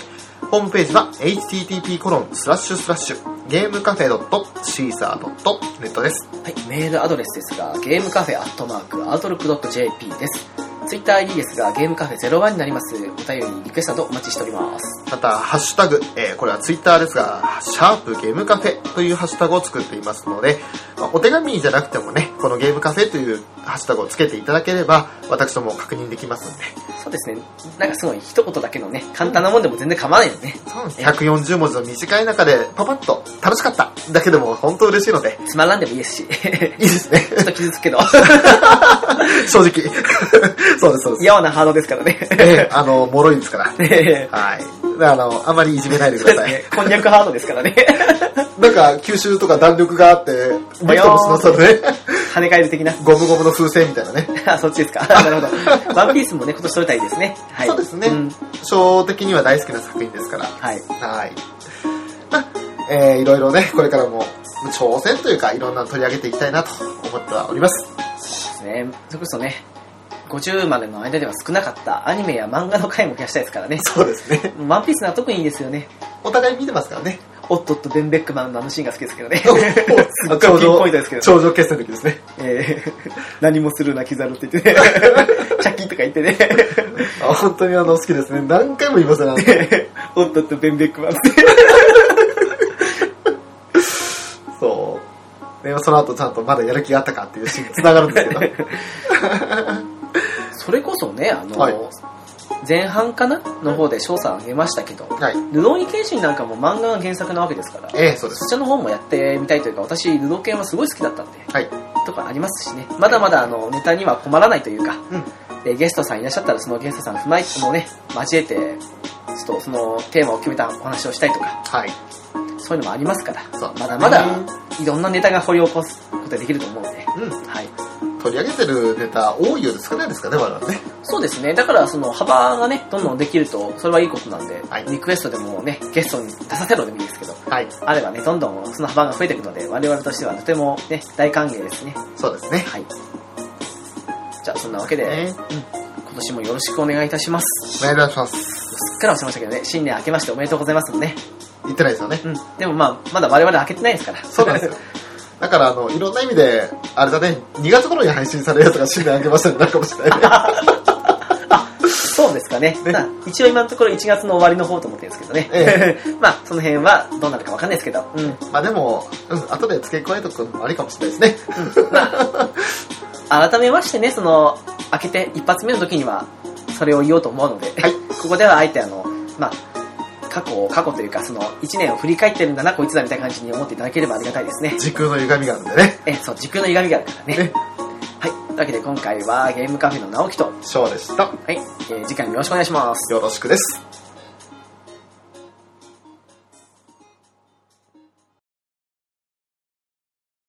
Speaker 2: ホームページは http コロンスラッシュスラッシュゲームカフェ c ー s a r n e t です。
Speaker 1: はい、メールアドレスですが、ゲームカフェアットマーク、アウトロックドット JP です。ツイッター ID ですが、ゲームカフェ01になります。お便り、リクエストなどお待ちしております。
Speaker 2: また、ハッシュタグ、えーこれはツイッターですが、シャープゲームカフェというハッシュタグを作っていますので、まあお手紙じゃなくてもね、このゲームカフェというハッシュタグをつけていただければ、私ども確認できますんで、
Speaker 1: そうですね。なんかすごい一言だけのね、簡単なもんでも全然構わないよね。
Speaker 2: 140文字の短い中で、パパッと楽しかっただけでも本当嬉しいので、
Speaker 1: つまらんでもいいですし。 ち
Speaker 2: いいですね。
Speaker 1: ょっと傷つくけど。
Speaker 2: 正直。 そうです、そうです。
Speaker 1: 嫌なハードですからね。
Speaker 2: ええあの、脆いですから。
Speaker 1: ね
Speaker 2: はい。あの、あまりいじめないで
Speaker 1: そ
Speaker 2: く
Speaker 1: うで
Speaker 2: だ
Speaker 1: す
Speaker 2: さ
Speaker 1: ね
Speaker 2: い。。
Speaker 1: こんにゃくハードですからね。
Speaker 2: なんか、吸収とか弾力があって、びくともしなさそうでね。
Speaker 1: 跳ね返る的な。
Speaker 2: ゴムゴムの風船みたいなね。
Speaker 1: あ、そっちですか。 なるほど。ワンピースもね、今年取れたらいいですね。はい。
Speaker 2: そうですね
Speaker 1: ん。
Speaker 2: 小的には大好きな作品ですから。
Speaker 1: はい。
Speaker 2: はい。まあ、えーいろいろね、これからも挑戦というか、いろんなの取り上げていきたいなと思ってはおります。
Speaker 1: ですね。それこそね、50までの間では少なかったアニメや漫画の回も増やしたいですからね。
Speaker 2: そうですね。
Speaker 1: ワンピースは特にいいですよね。
Speaker 2: お互い見てますからね。
Speaker 1: おっとっとベンベックマンのあのシーンが好きですけ どね。すっ
Speaker 2: ち
Speaker 1: ご
Speaker 2: ょ
Speaker 1: いうピン
Speaker 2: ど
Speaker 1: ポイントですけど。
Speaker 2: 頂上決戦の時ですね。
Speaker 1: えー、何もするな、キザルって言 ってね。チャキとか言ってね。
Speaker 2: あ本当にあの、好きですね。何回も言いますねあの。
Speaker 1: おっとっとベンベックマンって。
Speaker 2: そう。でその後ちゃんとまだやる気があったかっていうシーンに繋がるんですけど。
Speaker 1: それこそね、あの、
Speaker 2: はい
Speaker 1: 前半かなの方で翔さんあげましたけど、
Speaker 2: はい。
Speaker 1: ルノーニケンシンなんかも漫画が原作なわけですから、
Speaker 2: ええそうで
Speaker 1: そ
Speaker 2: す。
Speaker 1: ちらの方もやってみたいというか、私、ルノケンはすごい好きだったんで、
Speaker 2: はい。
Speaker 1: とかありますしね、まだまだあのネタには困らないというか、
Speaker 2: うん
Speaker 1: でゲストさんいらっしゃったら、そのゲストさん踏まえてもね、交えて、ちょっとそのテーマを決めたお話をしたりとか、
Speaker 2: はい。
Speaker 1: そういうのもありますから、
Speaker 2: そう
Speaker 1: まだまだ
Speaker 2: うん
Speaker 1: いろんなネタが掘り起こすことができると思うんで、
Speaker 2: うん。
Speaker 1: はい。
Speaker 2: 取り上げてるネタ多いようで少ないですかね、我々ね。
Speaker 1: そうですね。だから、その幅がね、どんどんできると、それはいいことなんで、
Speaker 2: はい
Speaker 1: リクエストでもね、ゲストに出させろでもいいですけど、
Speaker 2: はい。
Speaker 1: あればね、どんどんその幅が増えていくので、我々としてはとてもね、大歓迎ですね。
Speaker 2: そうですね。
Speaker 1: はい。じゃあ、そんなわけで、
Speaker 2: ね
Speaker 1: 今年もよろしくお願いいたします。
Speaker 2: お願いいたします。
Speaker 1: すっかり忘れましたけどね、新年明けましておめでとうございますもんね。
Speaker 2: 言ってないですよね。
Speaker 1: うん。でもまあ、まだ我々明けてないですから。
Speaker 2: そうなんですよ。だから、あの、いろんな意味で、あれだね、2月頃に配信されるやつが新年明けましたになるかもし れないね。
Speaker 1: そうですかね。
Speaker 2: ね
Speaker 1: まあ一応今のところ1月の終わりの方と思ってるんですけどね。
Speaker 2: え
Speaker 1: まあ、その辺はどうなるかわかんないですけど。うん。
Speaker 2: まあでも、うん、後で付け加えとくのもありかもしれないですね。
Speaker 1: 改めましてね、その、開けて一発目の時には、それを言おうと思うので、
Speaker 2: はい
Speaker 1: ここではあえてあの、まあ、過去を、過去というか、その、1年を振り返ってるんだな、こいつだみたいな感じに思っていただければありがたいですね。
Speaker 2: 時空の歪みがあるんでね。
Speaker 1: え、そう、時空の歪みがあるからね。
Speaker 2: ね
Speaker 1: はい。というわけで今回はゲームカフェの直樹と、は
Speaker 2: ショーでした。
Speaker 1: い、えー次回もよろしくお願いします。
Speaker 2: よろしくです。